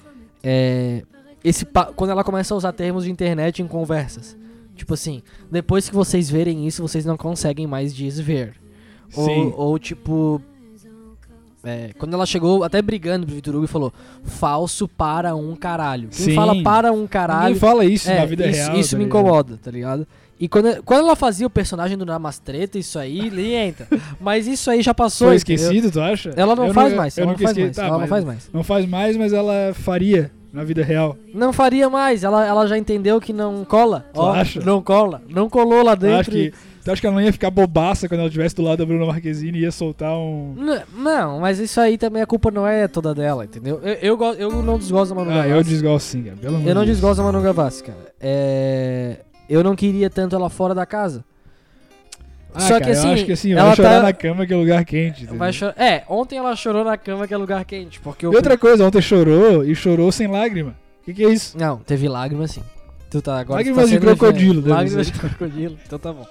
É. Esse, pa- quando ela começa a usar termos de internet em conversas. Tipo assim, depois que vocês verem isso, vocês não conseguem mais desver.
Sim.
Ou, ou tipo. é, quando ela chegou até brigando pro Vitor Hugo e falou: falso para um caralho. Quem
Sim.
fala para um caralho
Ninguém fala isso
é,
na vida
isso,
real.
Isso
tá
me
ligado?
incomoda, tá ligado? E quando, quando ela fazia o personagem do Namastreta, isso aí, nem entra. Mas isso aí já passou.
Foi
entendeu?
esquecido, tu acha?
Ela não
Eu
faz
eu-
mais,
eu
ela não
nunca
faz
esque-
mais.
Tá,
Ela não
mas-
faz mais.
Não faz mais, mas ela faria na vida real.
Não faria mais, ela, ela já entendeu que não cola.
Tu
Ó,
acha?
não cola. Não colou lá
Eu
dentro.
acho que, tu acha que ela não ia ficar bobaça quando ela estivesse do lado da Bruna Marquezine e ia soltar um.
N- Não, mas isso aí também a culpa não é toda dela, entendeu? Eu, eu, go- eu não desgosto da Manu
Ah,
Gavassi.
eu desgosto sim, cara. Pelo amor
Eu não
de Deus.
desgosto da Manu Gavassi, cara. É, Eu não queria tanto ela fora da casa.
Ah,
Só
cara,
que assim,
eu acho que assim,
ela
vai chorar
tá-
na cama que é lugar quente. entendeu?
Vai chorar. É, ontem ela chorou na cama que é lugar quente, porque
E
o
outra coisa, ontem chorou e chorou sem lágrima. O que, que é isso?
Não, teve lágrima sim. Tu tá agora. tu
Lágrimas
tá
de
sendo referente.
crocodilo, deve
Lágrimas
ser.
de crocodilo, então tá bom.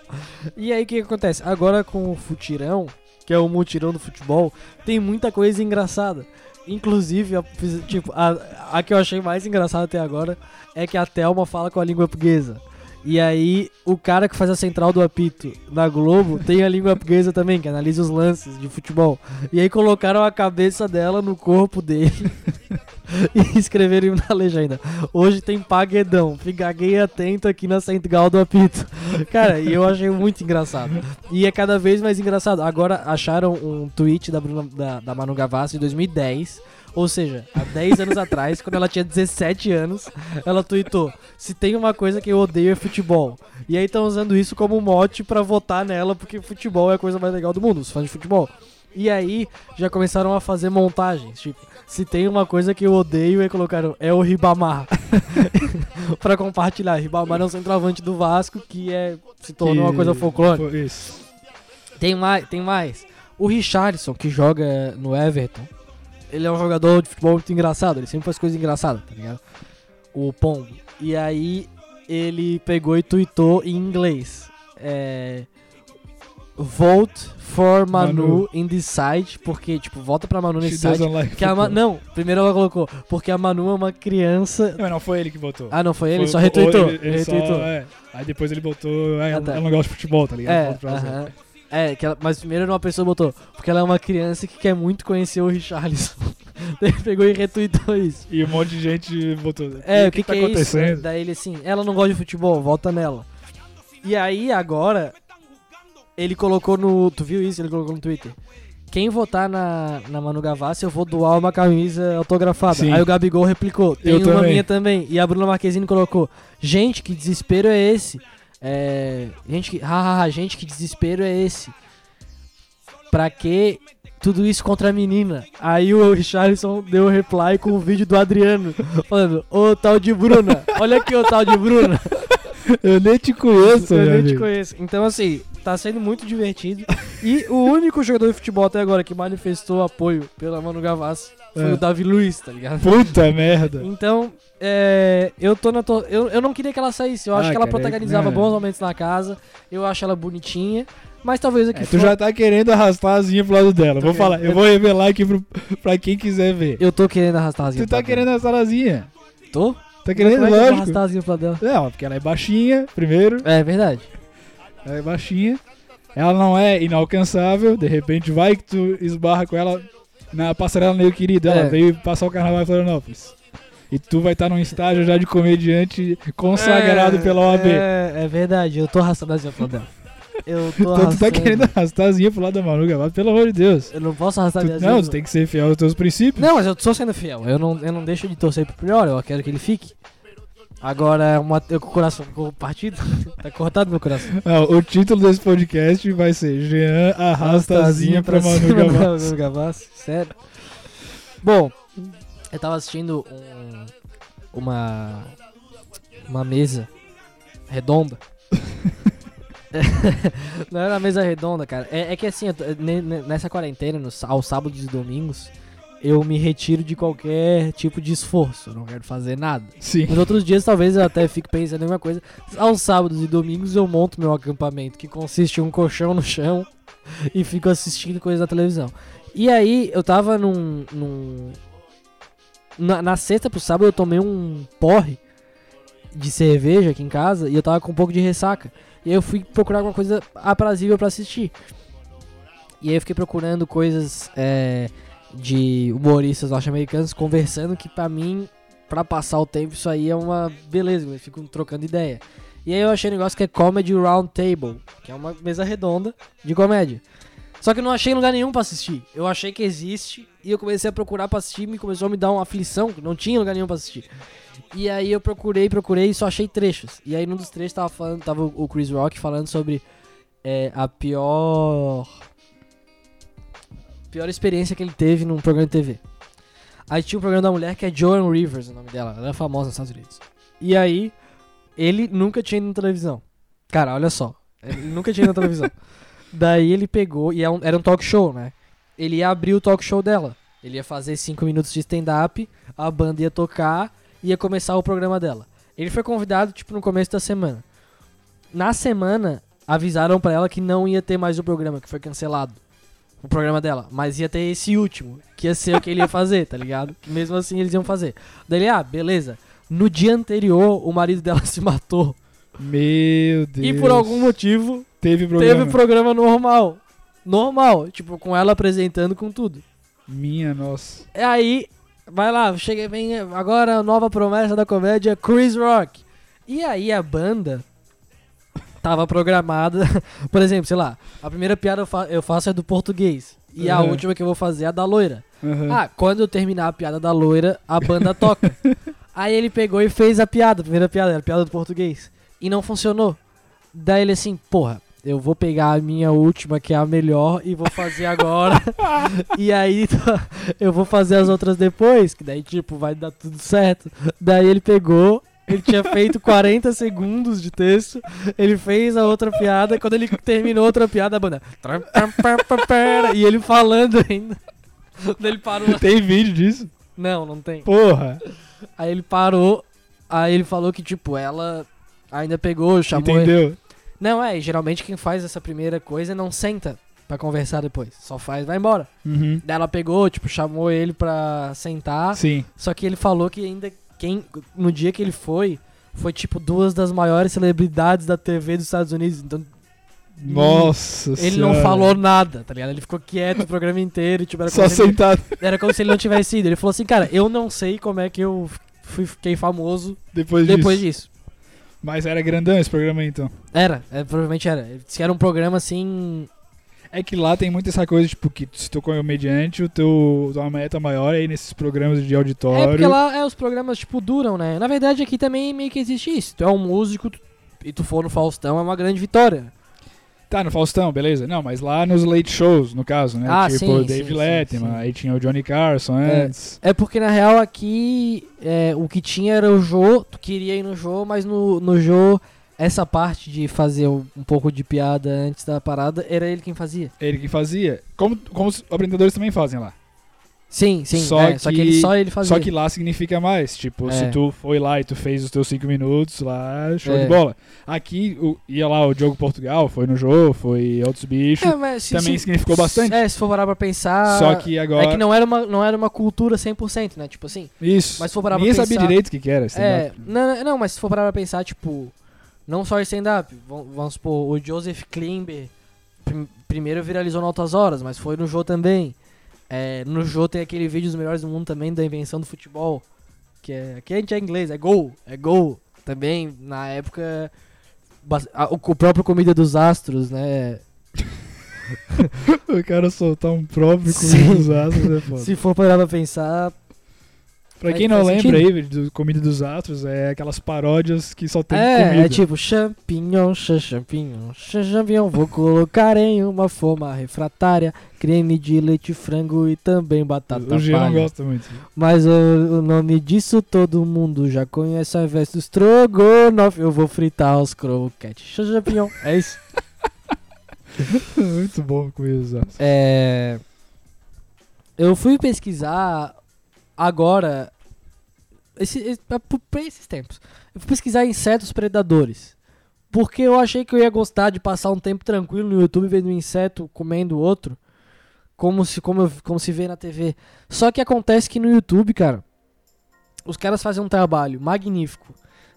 E aí o que que acontece? Agora com o futirão, que é o mutirão do futebol, tem muita coisa engraçada. Inclusive, a- fiz- tipo, a, a que eu achei mais engraçada até agora é que a Thelma fala com a língua portuguesa. E aí, o cara que faz a central do apito na Globo tem a língua portuguesa também, que analisa os lances de futebol. E aí colocaram a cabeça dela no corpo dele e escreveram na legenda. Hoje tem paguedão, ficaguei atento aqui na Central do apito. Cara, e eu achei muito engraçado. E é cada vez mais engraçado. Agora acharam um tweet da, Bruna, da, da Manu Gavassi de 2010. Ou seja, há 10 anos atrás, quando ela tinha 17 anos, ela tweetou: Se tem uma coisa que eu odeio é futebol. E aí estão usando isso como mote pra votar nela, porque futebol é a coisa mais legal do mundo, os fãs de futebol. E aí já começaram a fazer montagens, tipo, se tem uma coisa que eu odeio, e colocaram é o Ribamar. Pra compartilhar, Ribamar é um centroavante do Vasco que é se tornou uma
Que-
coisa folclórica.
Pô, Isso.
Tem mais, tem mais. O Richarlison, que joga no Everton, ele é um jogador de futebol muito engraçado, ele sempre faz coisas engraçadas, tá ligado? O Pombo. E aí ele pegou e tweetou em inglês. É. Vote for Manu,
Manu.
in this site, porque, tipo, vota pra Manu nesse
She doesn't
site.
um like
Que a Ma-
football.
Não, primeiro ela colocou, porque a Manu é uma criança.
Não, não foi ele que botou.
Ah, não, foi ele,
Foi-
só
foi-
retweetou.
Ele, ele só,
retweetou.
é. Aí depois ele botou. É,
Ah, tá.
Eu não gosto de futebol, tá ligado?
É,
Ponto pra você.
aham. é que ela- mas primeiro uma pessoa botou, porque ela é uma criança que quer muito conhecer o Richarlison. Daí ele pegou e retweetou isso.
E um monte de gente botou.
É,
"E
o que, que,
tá
é
acontecendo?
isso? Daí ele assim, ela não gosta de futebol, volta nela. E aí agora, ele colocou no. Tu viu isso? Ele colocou no Twitter. Quem votar na, na Manu Gavassi, eu vou doar uma camisa autografada.
Sim.
Aí o Gabigol replicou, tem
Eu
uma
também.
minha também. E a Bruna Marquezine colocou, gente, que desespero é esse? É, gente que. Hahaha, gente, que desespero é esse? Pra que tudo isso contra a menina? Aí o Richarlison deu um reply com o vídeo do Adriano, falando: Ô tal de Bruna, olha aqui o tal de Bruna.
Eu nem te conheço,
Eu
meu
nem te
amigo.
conheço. Então, assim, tá sendo muito divertido. E o único jogador de futebol até agora que manifestou apoio pela Manu Gavassi foi
É.
o Davi Luiz, tá ligado?
Puta merda.
Então, é, eu tô na tor- eu, eu não queria que ela saísse. Eu acho
Ah,
que ela
cara, é que-
protagonizava
né?
bons momentos na casa. Eu acho ela bonitinha. Mas talvez o que
É, tu
for-
já tá querendo arrastar a asinha pro lado dela. Vou
querendo.
falar, eu vou revelar aqui pro, pra quem quiser ver.
Eu tô querendo arrastar as
Tu tá querendo arrastar a asinha.
Tô?
Tá querendo,
Como é que eu vou
lógico.
arrastar as inflas dela?
Não, porque ela é baixinha, primeiro.
É verdade.
Ela é baixinha. Ela não é inalcançável. De repente vai que tu esbarra com ela na passarela meio querido. Ela
É.
veio passar o carnaval em Florianópolis. E tu vai estar num estágio já de comediante consagrado pela OAB.
É, é verdade, eu tô arrastando as inflas dela. Eu tô
Então
arrastando.
tu tá querendo arrastar a asinha pro lado da Manu Gavassi, pelo amor de Deus.
Eu não posso arrastar
Tu-
minhas
não,
inflas.
tu tem que ser fiel aos teus princípios.
Tá Não, mas eu tô sendo fiel. Eu não, eu não deixo de torcer pro pior, eu quero que ele fique. Agora, uma, eu com o coração ficou partido. tá cortado meu coração.
Ah, o título desse podcast vai ser Jean arrasta a asinha pra Manu
cima da
Gavassi.
Manu Gavassi, sério. Bom, eu tava assistindo um- uma, uma mesa redonda. Não era uma mesa redonda, cara. É, é que assim, eu tô- ne- ne- nessa quarentena, no, sá- aos sábados e domingos, eu me retiro de qualquer tipo de esforço. Eu não quero fazer nada.
Sim.
Nos outros dias, talvez eu até fique pensando em alguma coisa. Aos sábados e domingos, eu monto meu acampamento, que consiste em um colchão no chão e fico assistindo coisas da televisão. E aí, eu tava num. num- na, na sexta pro sábado, eu tomei um porre de cerveja aqui em casa e eu tava com um pouco de ressaca. E aí, eu fui procurar alguma coisa aprazível pra assistir. E aí, eu fiquei procurando coisas é, de humoristas norte-americanos conversando que, pra mim, pra passar o tempo, isso aí é uma beleza, eles ficam trocando ideia. E aí eu achei um negócio que é Comedy Round Table, que é uma mesa redonda de comédia. Só que eu não achei em lugar nenhum pra assistir. Eu achei que existe e eu comecei a procurar pra assistir, me começou a me dar uma aflição, que não tinha lugar nenhum pra assistir. E aí eu procurei, procurei e só achei trechos. E aí num dos trechos tava falando, tava o Chris Rock falando sobre é, a pior pior experiência que ele teve num programa de TV. Aí tinha um programa da mulher que é Joan Rivers, o nome dela. Ela é famosa nos Estados Unidos. E aí, ele nunca tinha ido na televisão. Cara, olha só. Ele nunca tinha ido na televisão. Daí ele pegou, e é um- era um talk show, né? Ele ia abrir o talk show dela. Ele ia fazer 5 minutos de stand-up, a banda ia tocar, ia começar o programa dela. Ele foi convidado, tipo, no começo da semana. Na semana, avisaram pra ela que não ia ter mais o programa, que foi cancelado o programa dela, mas ia ter esse último, que ia ser o que ele ia fazer, tá ligado? Que mesmo assim eles iam fazer. Daí ele, ah, beleza. No dia anterior, o marido dela se matou.
Meu Deus.
E por algum motivo,
Teve problema.
teve programa normal. Normal, tipo, com ela apresentando com tudo.
Minha nossa.
E aí, vai lá, chega bem. Agora a nova promessa da comédia, Chris Rock. E aí a banda tava programada, por exemplo, sei lá, a primeira piada eu, fa- eu faço é do português. E a
Uhum.
última que eu vou fazer é a da loira.
Aham.
Ah, quando eu terminar a piada da loira, a banda toca. Aí ele pegou e fez a piada, a primeira piada, era a piada do português. E não funcionou. Daí ele assim, porra, eu vou pegar a minha última, que é a melhor, e vou fazer agora. e aí eu vou fazer as outras depois, que daí, tipo, vai dar tudo certo. Daí ele pegou. Ele tinha feito 40 segundos de texto, ele fez a outra piada, quando ele terminou a outra piada, a banda. E ele falando ainda. Daí ele parou.
Tem vídeo disso?
Não, não tem.
Porra.
Aí ele parou, aí ele falou que, tipo, ela ainda pegou, chamou. ele.
Entendeu?
Não, é, e geralmente quem faz essa primeira coisa não senta pra conversar depois. Só faz, vai embora.
Uhum.
Daí ela pegou, tipo, chamou ele pra sentar.
Sim.
Só que ele falou que ainda quem no dia que ele foi foi tipo duas das maiores celebridades da TV dos Estados Unidos. Então
Nossa
Ele
senhora.
não falou nada, tá ligado? Ele ficou quieto o programa inteiro. Tipo, era,
Só
como se ele,
sentado.
era como se ele não tivesse ido. Ele falou assim, cara, eu não sei como é que eu fui, fiquei famoso
Depois,
depois
disso.
disso.
Mas era grandão esse programa aí, então.
Era, é, provavelmente era. Ele disse que era um programa assim.
É que lá tem muito essa coisa, tipo, que se tu é comediante, o teu, tua meta maior é ir nesses programas de auditório.
É porque lá é, os programas, tipo, duram, né? Na verdade, aqui também meio que existe isso. Tu é um músico tu- e tu for no Faustão, é uma grande vitória.
Tá, no Faustão, beleza. Não, mas lá nos late shows, no caso, né?
Ah,
tipo,
sim,
o
sim,
David
sim,
Letterman,
sim.
aí tinha o Johnny Carson
É.
antes.
É porque, na real, aqui é, o que tinha era o Jô, tu queria ir no Jô, mas no, no Jô, essa parte de fazer um, um pouco de piada antes da parada, era ele quem fazia.
Ele que fazia. Como, como os aprendedores também fazem lá.
Sim, sim,
Só
só, que, só
que-
que ele só ele fazia.
Só que lá significa mais. Tipo,
É.
se tu foi lá e tu fez os teus cinco minutos lá, show
É.
de bola. Aqui o- ia lá o Diogo Portugal, foi no jogo, foi outros bichos.
É, mas se-
também
se-
significou bastante.
É, se for parar pra pensar.
Só que agora.
É que não era, uma, não era uma cultura 100%, né? Tipo assim.
Isso.
Mas se for parar pra
Ninguém
pensar-
sabia direito o que, que era.
É,
stand-up.
não, não, mas se for parar pra pensar, tipo, não só stand-up, vam- vamos supor, o Joseph Klimber prim- primeiro viralizou no Altas Horas, mas foi no Jô também. É, no Jô tem aquele vídeo dos melhores do mundo também da invenção do futebol, que é, aqui a gente é inglês, é gol, é gol. Também, na época, bas- a- o, o próprio Comida dos Astros, né,
O cara soltar um próprio
Sim.
Comida dos Astros é foda.
se for parar pra pensar,
Pra
Faz-
quem não
faz
lembra
sentido.
aí, do Comida dos Astros, é aquelas paródias que só tem
é,
comida.
é tipo champignon, cha- champignon, cha- champignon. Vou colocar em uma forma refratária creme de leite, frango e também batata
o G não
tá, palha.
gosta muito.
Mas o, o nome disso todo mundo já conhece. Ao invés do estrogonofe, eu vou fritar os croquetes. Cha- Champignon, é isso.
muito bom Comida dos Astros.
É, Eu fui pesquisar agora. Esse, esse, pra- pra esses tempos. Eu fui pesquisar insetos predadores. Porque eu achei que eu ia gostar de passar um tempo tranquilo no YouTube vendo um inseto comendo outro. Como se, como, eu- como se vê na TV. Só que acontece que no YouTube, cara, os caras fazem um trabalho magnífico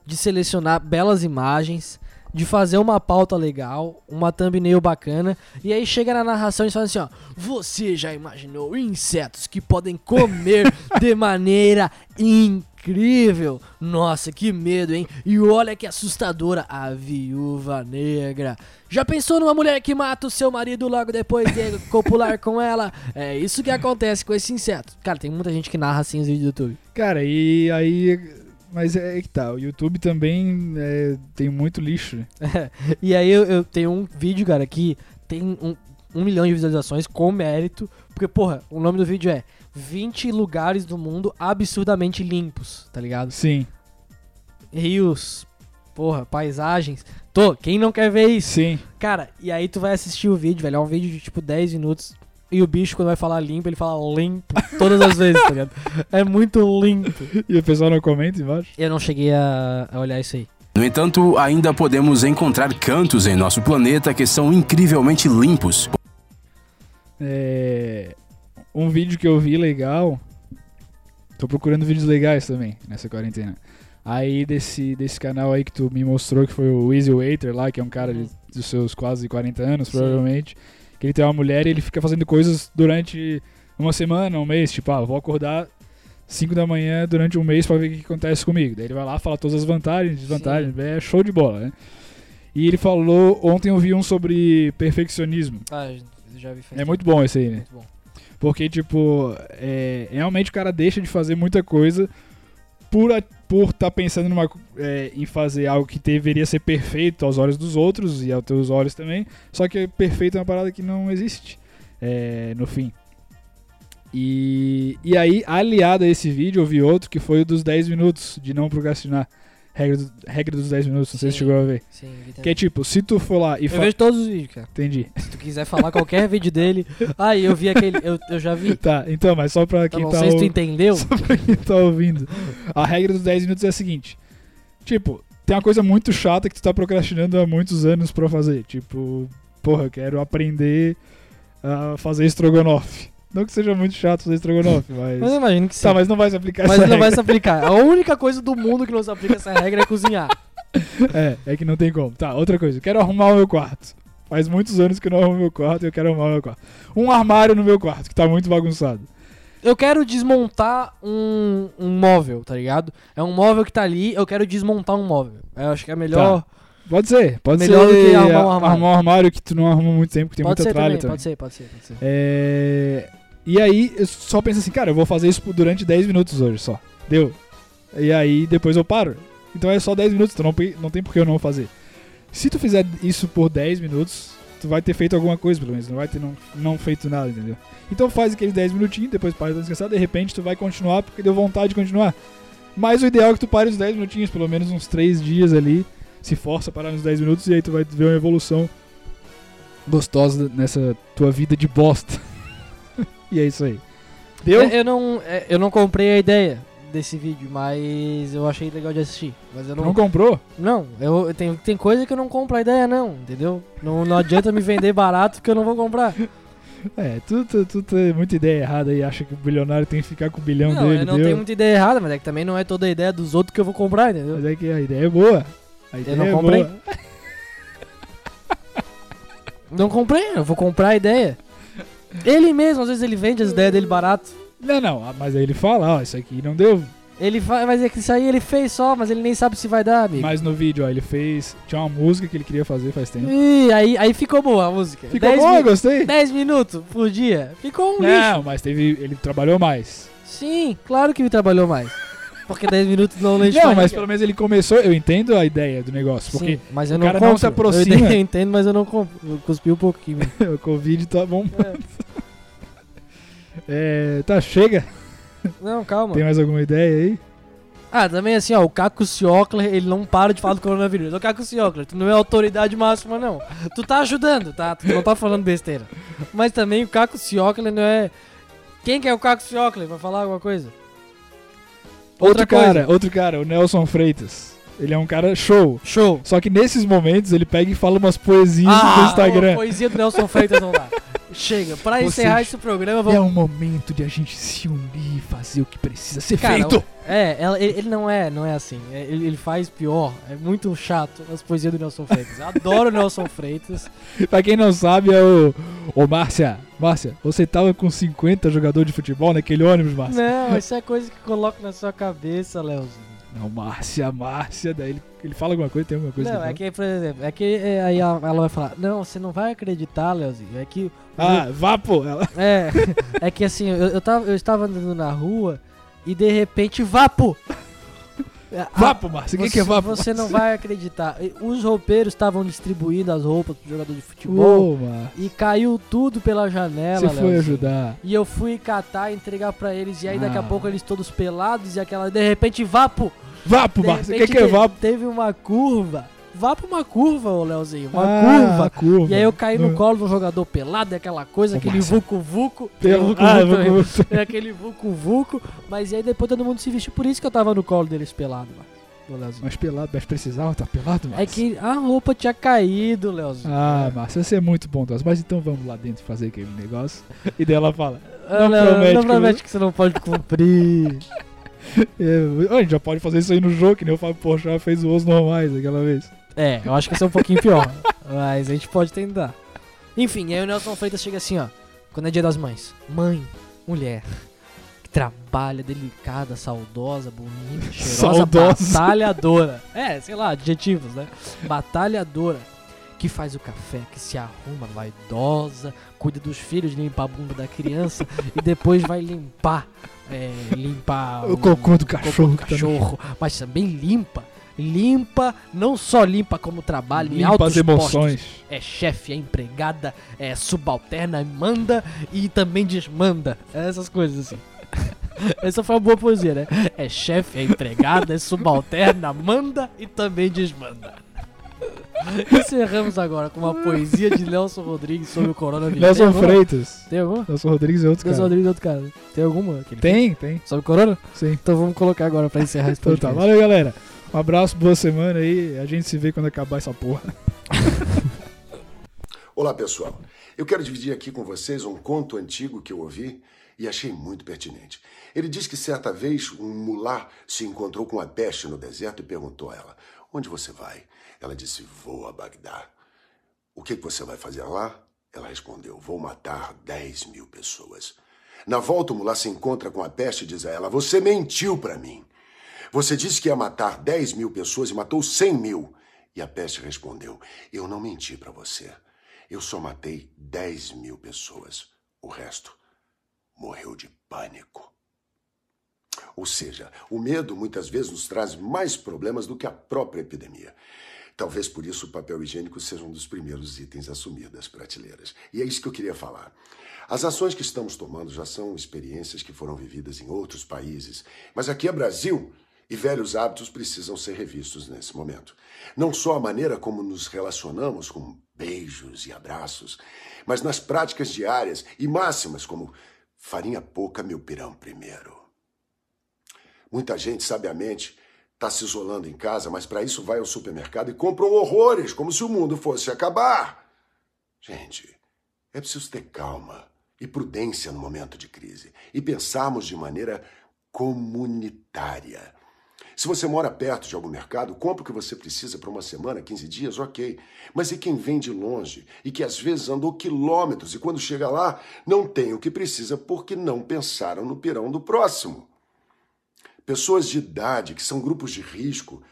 de selecionar belas imagens, de fazer uma pauta legal, uma thumbnail bacana. E aí chega na narração e fala assim, ó. Você já imaginou insetos que podem comer de maneira incrível? Nossa, que medo, hein? E olha que assustadora a viúva negra. Já pensou numa mulher que mata o seu marido logo depois de copular com ela? É isso que acontece com esse inseto. Cara, tem muita gente que narra assim os vídeos do YouTube.
Cara, e aí. Mas é que tá, o YouTube também é, tem muito lixo.
E aí eu, eu tenho um vídeo, cara, que tem um, um milhão de visualizações com mérito. Porque, porra, o nome do vídeo é 20 lugares do mundo absurdamente limpos, tá ligado?
Sim,
Rios, porra, paisagens. Tô, quem não quer ver isso?
sim.
Cara, e aí tu vai assistir o vídeo, velho. É um vídeo de tipo 10 minutos. E o bicho, quando vai falar limpo, ele fala limpo todas as vezes, tá ligado? É muito limpo.
E o pessoal não comenta embaixo?
Eu não cheguei a, a olhar isso aí.
No entanto, ainda podemos encontrar cantos em nosso planeta que são incrivelmente limpos,
É, um vídeo que eu vi legal. Tô procurando vídeos legais também nessa quarentena. Aí desse, desse canal aí que tu me mostrou, que foi o Easy Waiter lá, que é um cara de- dos seus quase 40 anos,
Sim.
provavelmente. Que ele tem uma mulher e ele fica fazendo coisas durante uma semana, um mês. Tipo, ah, vou acordar 5 da manhã durante um mês pra ver o que que acontece comigo. Daí ele vai lá, fala todas as vantagens, desvantagens. É show de bola, né? E ele falou, ontem eu vi um sobre perfeccionismo.
Ah, já vi faz
É muito bom esse aí, né?
muito bom.
Porque, tipo, é, realmente o cara deixa de fazer muita coisa por estar por tá pensando numa co- é, em fazer algo que deveria ser perfeito aos olhos dos outros e aos teus olhos também. Só que perfeito é uma parada que não existe é, no fim. E, e aí, aliado a esse vídeo, eu vi outro que foi o dos 10 minutos de não procrastinar. Regra, do- regra dos 10 minutos, não sei
Sim.
se chegou a ver.
Sim, vi
Que é
também.
tipo, se tu for lá e
Eu
fa-
vejo todos os vídeos, cara.
Entendi.
Se tu quiser falar qualquer vídeo dele. Ah, eu vi aquele. Eu, eu já vi.
Tá, então, mas só pra
Tá
quem
bom, não
tá.
sei se tu
ou-
entendeu.
Só pra quem tá ouvindo. A regra dos 10 minutos é a seguinte: Tipo, tem uma coisa muito chata que tu tá procrastinando há muitos anos pra fazer. Tipo, porra, eu quero aprender a fazer estrogonofe. Não que seja muito chato fazer estrogonofe,
Mas eu
mas.
imagino que sim.
Tá, mas não vai se aplicar
mas
essa
não vai
regra.
se aplicar. A única coisa do mundo que não se aplica essa regra é cozinhar.
É, é que não tem como. Tá, outra coisa. Quero arrumar o meu quarto. Faz muitos anos que eu não arrumo meu quarto e eu quero arrumar meu quarto. Um armário no meu quarto, que tá muito bagunçado.
Eu quero desmontar um, um móvel, tá ligado? É um móvel que tá ali, eu quero desmontar um móvel. Eu acho que é melhor.
Tá, Pode ser, pode
Melhor
ser.
do que arrumar um
a-
armário.
arrumar um armário que tu não arruma muito tempo, que tem
pode
muita
ser
tralha
também,
também.
pode ser, pode ser, pode ser.
É, E aí eu só penso assim, cara, eu vou fazer isso por- durante 10 minutos hoje só. Deu. E aí depois eu paro. Então é só 10 minutos, então não, pe- não tem por que eu não fazer. Se tu fizer isso por 10 minutos, tu vai ter feito alguma coisa, pelo menos. Não vai ter não, não feito nada, entendeu? Então faz aqueles 10 minutinhos, depois para de descansar, de repente tu vai continuar porque deu vontade de continuar. Mas o ideal é que tu pare os 10 minutinhos, pelo menos uns 3 dias ali. Se força a parar uns 10 minutos e aí tu vai ver uma evolução gostosa nessa tua vida de bosta. e é isso aí. Deu?
Eu, eu não, é, eu não comprei a ideia desse vídeo, mas eu achei legal de assistir. Mas eu
Não,
não.
comprou?
Não, eu, eu tenho, tem coisa que eu não compro a ideia, não, entendeu? Não, não adianta me vender barato que eu não vou comprar.
É, tu, tu, tu tem muita ideia errada e acha que o bilionário tem que ficar com o bilhão
não,
dele,
eu não
deu?
tenho muita ideia errada, mas é que também não é toda a ideia dos outros que eu vou comprar, entendeu?
Mas é que a ideia é boa. A ideia
não
é
comprei.
boa.
Não Então comprei, eu vou comprar a ideia. Ele mesmo, às vezes ele vende as ideias dele barato.
Não, não, ah, mas aí ele fala, ó, isso aqui não deu.
Ele faz, mas é que isso aí ele fez só, mas ele nem sabe se vai dar, amigo.
Mas no vídeo, ó, ele fez. Tinha uma música que ele queria fazer faz tempo.
Ih, aí, aí ficou boa a música.
né? Ficou
Dez
bom,
mi-
gostei? É.
10 minutos por dia. Ficou um lixo.
Não, mas teve. Ele trabalhou mais.
Sim, claro que me trabalhou mais. Porque 10 minutos não leite
Não, mas pelo menos ele começou. Eu entendo a ideia do negócio, porque
mas eu
o
não
cara não
compro.
se aproxima.
Eu entendo, eu entendo, mas eu não compro. Eu cuspi um pouco aqui. mesmo.
o Covid tá bom. É, tá, chega.
Não, calma.
Tem mais alguma ideia aí?
Ah, também assim, ó, o Caco Ciocler, ele não para de falar do coronavírus. Ô, Caco Ciocler, tu não é autoridade máxima, não. Tu tá ajudando, tá? Tu não tá falando besteira. Mas também o Caco Ciocler não é... Quem que é o Caco Ciocler? Vai falar alguma coisa?
outro cara, outro cara, o Nelson Freitas. Ele é um cara show.
Show.
Só que nesses momentos ele pega e fala umas poesias
Ah,
no Instagram.
a poesia do Nelson Freitas, vamos lá. Chega, pra
Vocês-
encerrar esse programa, vamos...
um momento de a gente se unir e fazer o que precisa ser
Cara, feito. É, ela- ele, ele não é, não é assim. É, Ele, ele faz pior, é muito chato as poesias do Nelson Freitas. Adoro o Nelson Freitas.
pra quem não sabe, é o. Ô, Márcia, Márcia, você tava com 50 jogadores de futebol naquele ônibus, Márcia?
Não, isso é coisa que coloca na sua cabeça, Leozinho.
Não, Márcia, Márcia. Daí ele, ele fala alguma coisa, tem alguma coisa.
Não,
ele
é
fala?
que, por exemplo, é que é, aí a- ela vai falar, não, você não vai acreditar, Leozinho, é que...
Ah, vá, pô. Ela...
É, é que assim, eu, eu, tava, eu estava andando na rua e de repente, vapo! A-
Vá, pô, Márcia. O que,
Ah, você,
que é vá, pô?
você não vai acreditar. E Os roupeiros estavam distribuindo as roupas pro jogador de futebol
Ô, Márcia.
e caiu tudo pela janela,
Você foi
Leozinho.
ajudar.
E eu fui catar e entregar pra eles. E aí daqui a
Ah.
pouco eles todos pelados e aquela. De repente, vapo!
Vapo,
De
Márcia. O que,
repente,
que é
te-
vapo?
Teve uma curva. Vapo é uma curva, ô Leozinho. Uma
Ah,
curva.
curva.
E aí eu caí no
Não.
colo do jogador pelado, é aquela coisa,
Ô,
aquele
Márcia.
vucu-vucu.
Tem-
Aquele vucu-vucu
Ah,
também.
vou- vou-
É aquele vucu-vucu. Mas e aí depois todo mundo se vestiu. Por isso que eu tava no colo deles pelado, mano. Ô, Leozinho.
Mas pelado, mas precisava tá pelado, Márcia?
É que a roupa tinha caído, Leozinho.
Ah, Márcia, você é muito bondosa. Mas então vamos lá dentro fazer aquele negócio. E daí ela fala.
Ah,
não promete que-
que você não pode cumprir.
"É, ó, a gente já pode fazer isso aí no jogo, que nem o Fábio Porchat fez o Os Normais aquela vez.
É, eu acho que isso é um pouquinho pior. mas a gente pode tentar. Enfim, aí o Nelson Freitas chega assim, ó. Quando é dia das mães. Mãe, mulher, que trabalha, delicada, saudosa, bonita, cheirosa,
Saudosa.
batalhadora. É, sei lá, adjetivos, né? Batalhadora. Que faz o café, que se arruma, vaidosa, cuida dos filhos, limpa a bunda da criança e depois vai limpar. É, limpar
O cocô do
cocô
cachorro também.
cachorro, mas também limpa. Limpa, não só limpa como trabalha em
Limpa
altos
as emoções.
postos. É chefe, é empregada, é subalterna, manda e também desmanda. Essas coisas assim. Essa foi uma boa poesia, né? É chefe, é empregada, é subalterna, manda e também desmanda. Encerramos agora com uma poesia de Nelson Rodrigues sobre o coronavírus. Tem
Nelson
alguma?
Freitas.
Tem alguma?
Nelson Rodrigues e outros
Nelson
caras.
Rodrigues é outro cara. Tem alguma? que ele fez
Tem, tem.
Sobre o corona?
Sim.
Então vamos colocar agora pra encerrar esse
Então tá.
podcast.
Valeu, galera. Um abraço, boa semana aí. A gente se vê quando acabar essa porra.
Olá, pessoal. Eu quero dividir aqui com vocês um conto antigo que eu ouvi e achei muito pertinente. Ele diz que certa vez um mulá se encontrou com a peste no deserto e perguntou a ela: Onde você vai? Ela disse: Vou a Bagdá. O que que você vai fazer lá? Ela respondeu: Vou matar 10 mil pessoas. Na volta, o mulá se encontra com a peste e diz a ela: Você mentiu para mim. Você disse que ia matar 10 mil pessoas e matou 100 mil. E a peste respondeu: Eu não menti para você. Eu só matei 10 mil pessoas. O resto morreu de pânico. Ou seja, o medo muitas vezes nos traz mais problemas do que a própria epidemia. Talvez por isso o papel higiênico seja um dos primeiros itens assumidos das prateleiras. E é isso que eu queria falar. As ações que estamos tomando já são experiências que foram vividas em outros países, mas aqui é Brasil e velhos hábitos precisam ser revistos nesse momento. Não só a maneira como nos relacionamos com beijos e abraços, mas nas práticas diárias e máximas como farinha pouca, meu pirão primeiro. Muita gente, sabiamente, está se isolando em casa, mas para isso vai ao supermercado e compram horrores, como se o mundo fosse acabar. Gente, é preciso ter calma e prudência no momento de crise e pensarmos de maneira comunitária. Se você mora perto de algum mercado, compra o que você precisa para uma semana, 15 dias, ok. Mas e quem vem de longe e que às vezes andou quilômetros e quando chega lá não tem o que precisa porque não pensaram no pirão do próximo? pessoas de idade, que são grupos de risco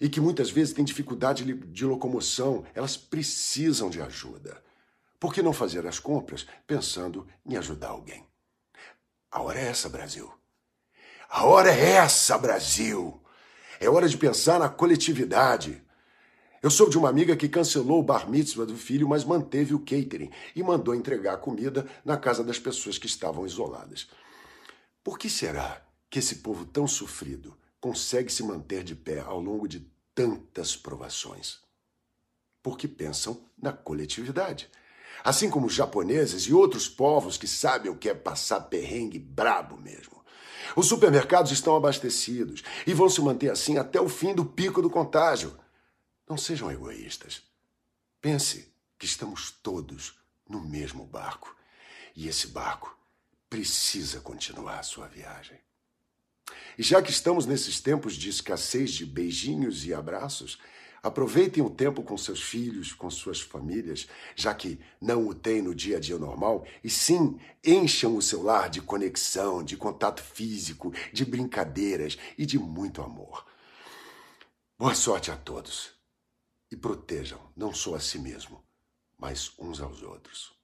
e que muitas vezes têm dificuldade de locomoção, elas precisam de ajuda. Por que não fazer as compras pensando em ajudar alguém? A hora é essa, Brasil. A hora é essa, Brasil! É hora de pensar na coletividade. Eu soube de uma amiga que cancelou o bar mitzvah do filho, mas manteve o catering e mandou entregar a comida na casa das pessoas que estavam isoladas. Por que será que esse povo tão sofrido consegue se manter de pé ao longo de tantas provações? Porque pensam na coletividade. Assim como os japoneses e outros povos que sabem o que é passar perrengue brabo mesmo. Os supermercados estão abastecidos e vão se manter assim até o fim do pico do contágio. Não sejam egoístas. Pense que estamos todos no mesmo barco e esse barco precisa continuar a sua viagem. E já que estamos nesses tempos de escassez de beijinhos e abraços, aproveitem o tempo com seus filhos, com suas famílias, já que não o têm no dia a dia normal, e sim encham o seu lar de conexão, de contato físico, de brincadeiras e de muito amor. Boa sorte a todos e protejam não só a si mesmo, mas uns aos outros.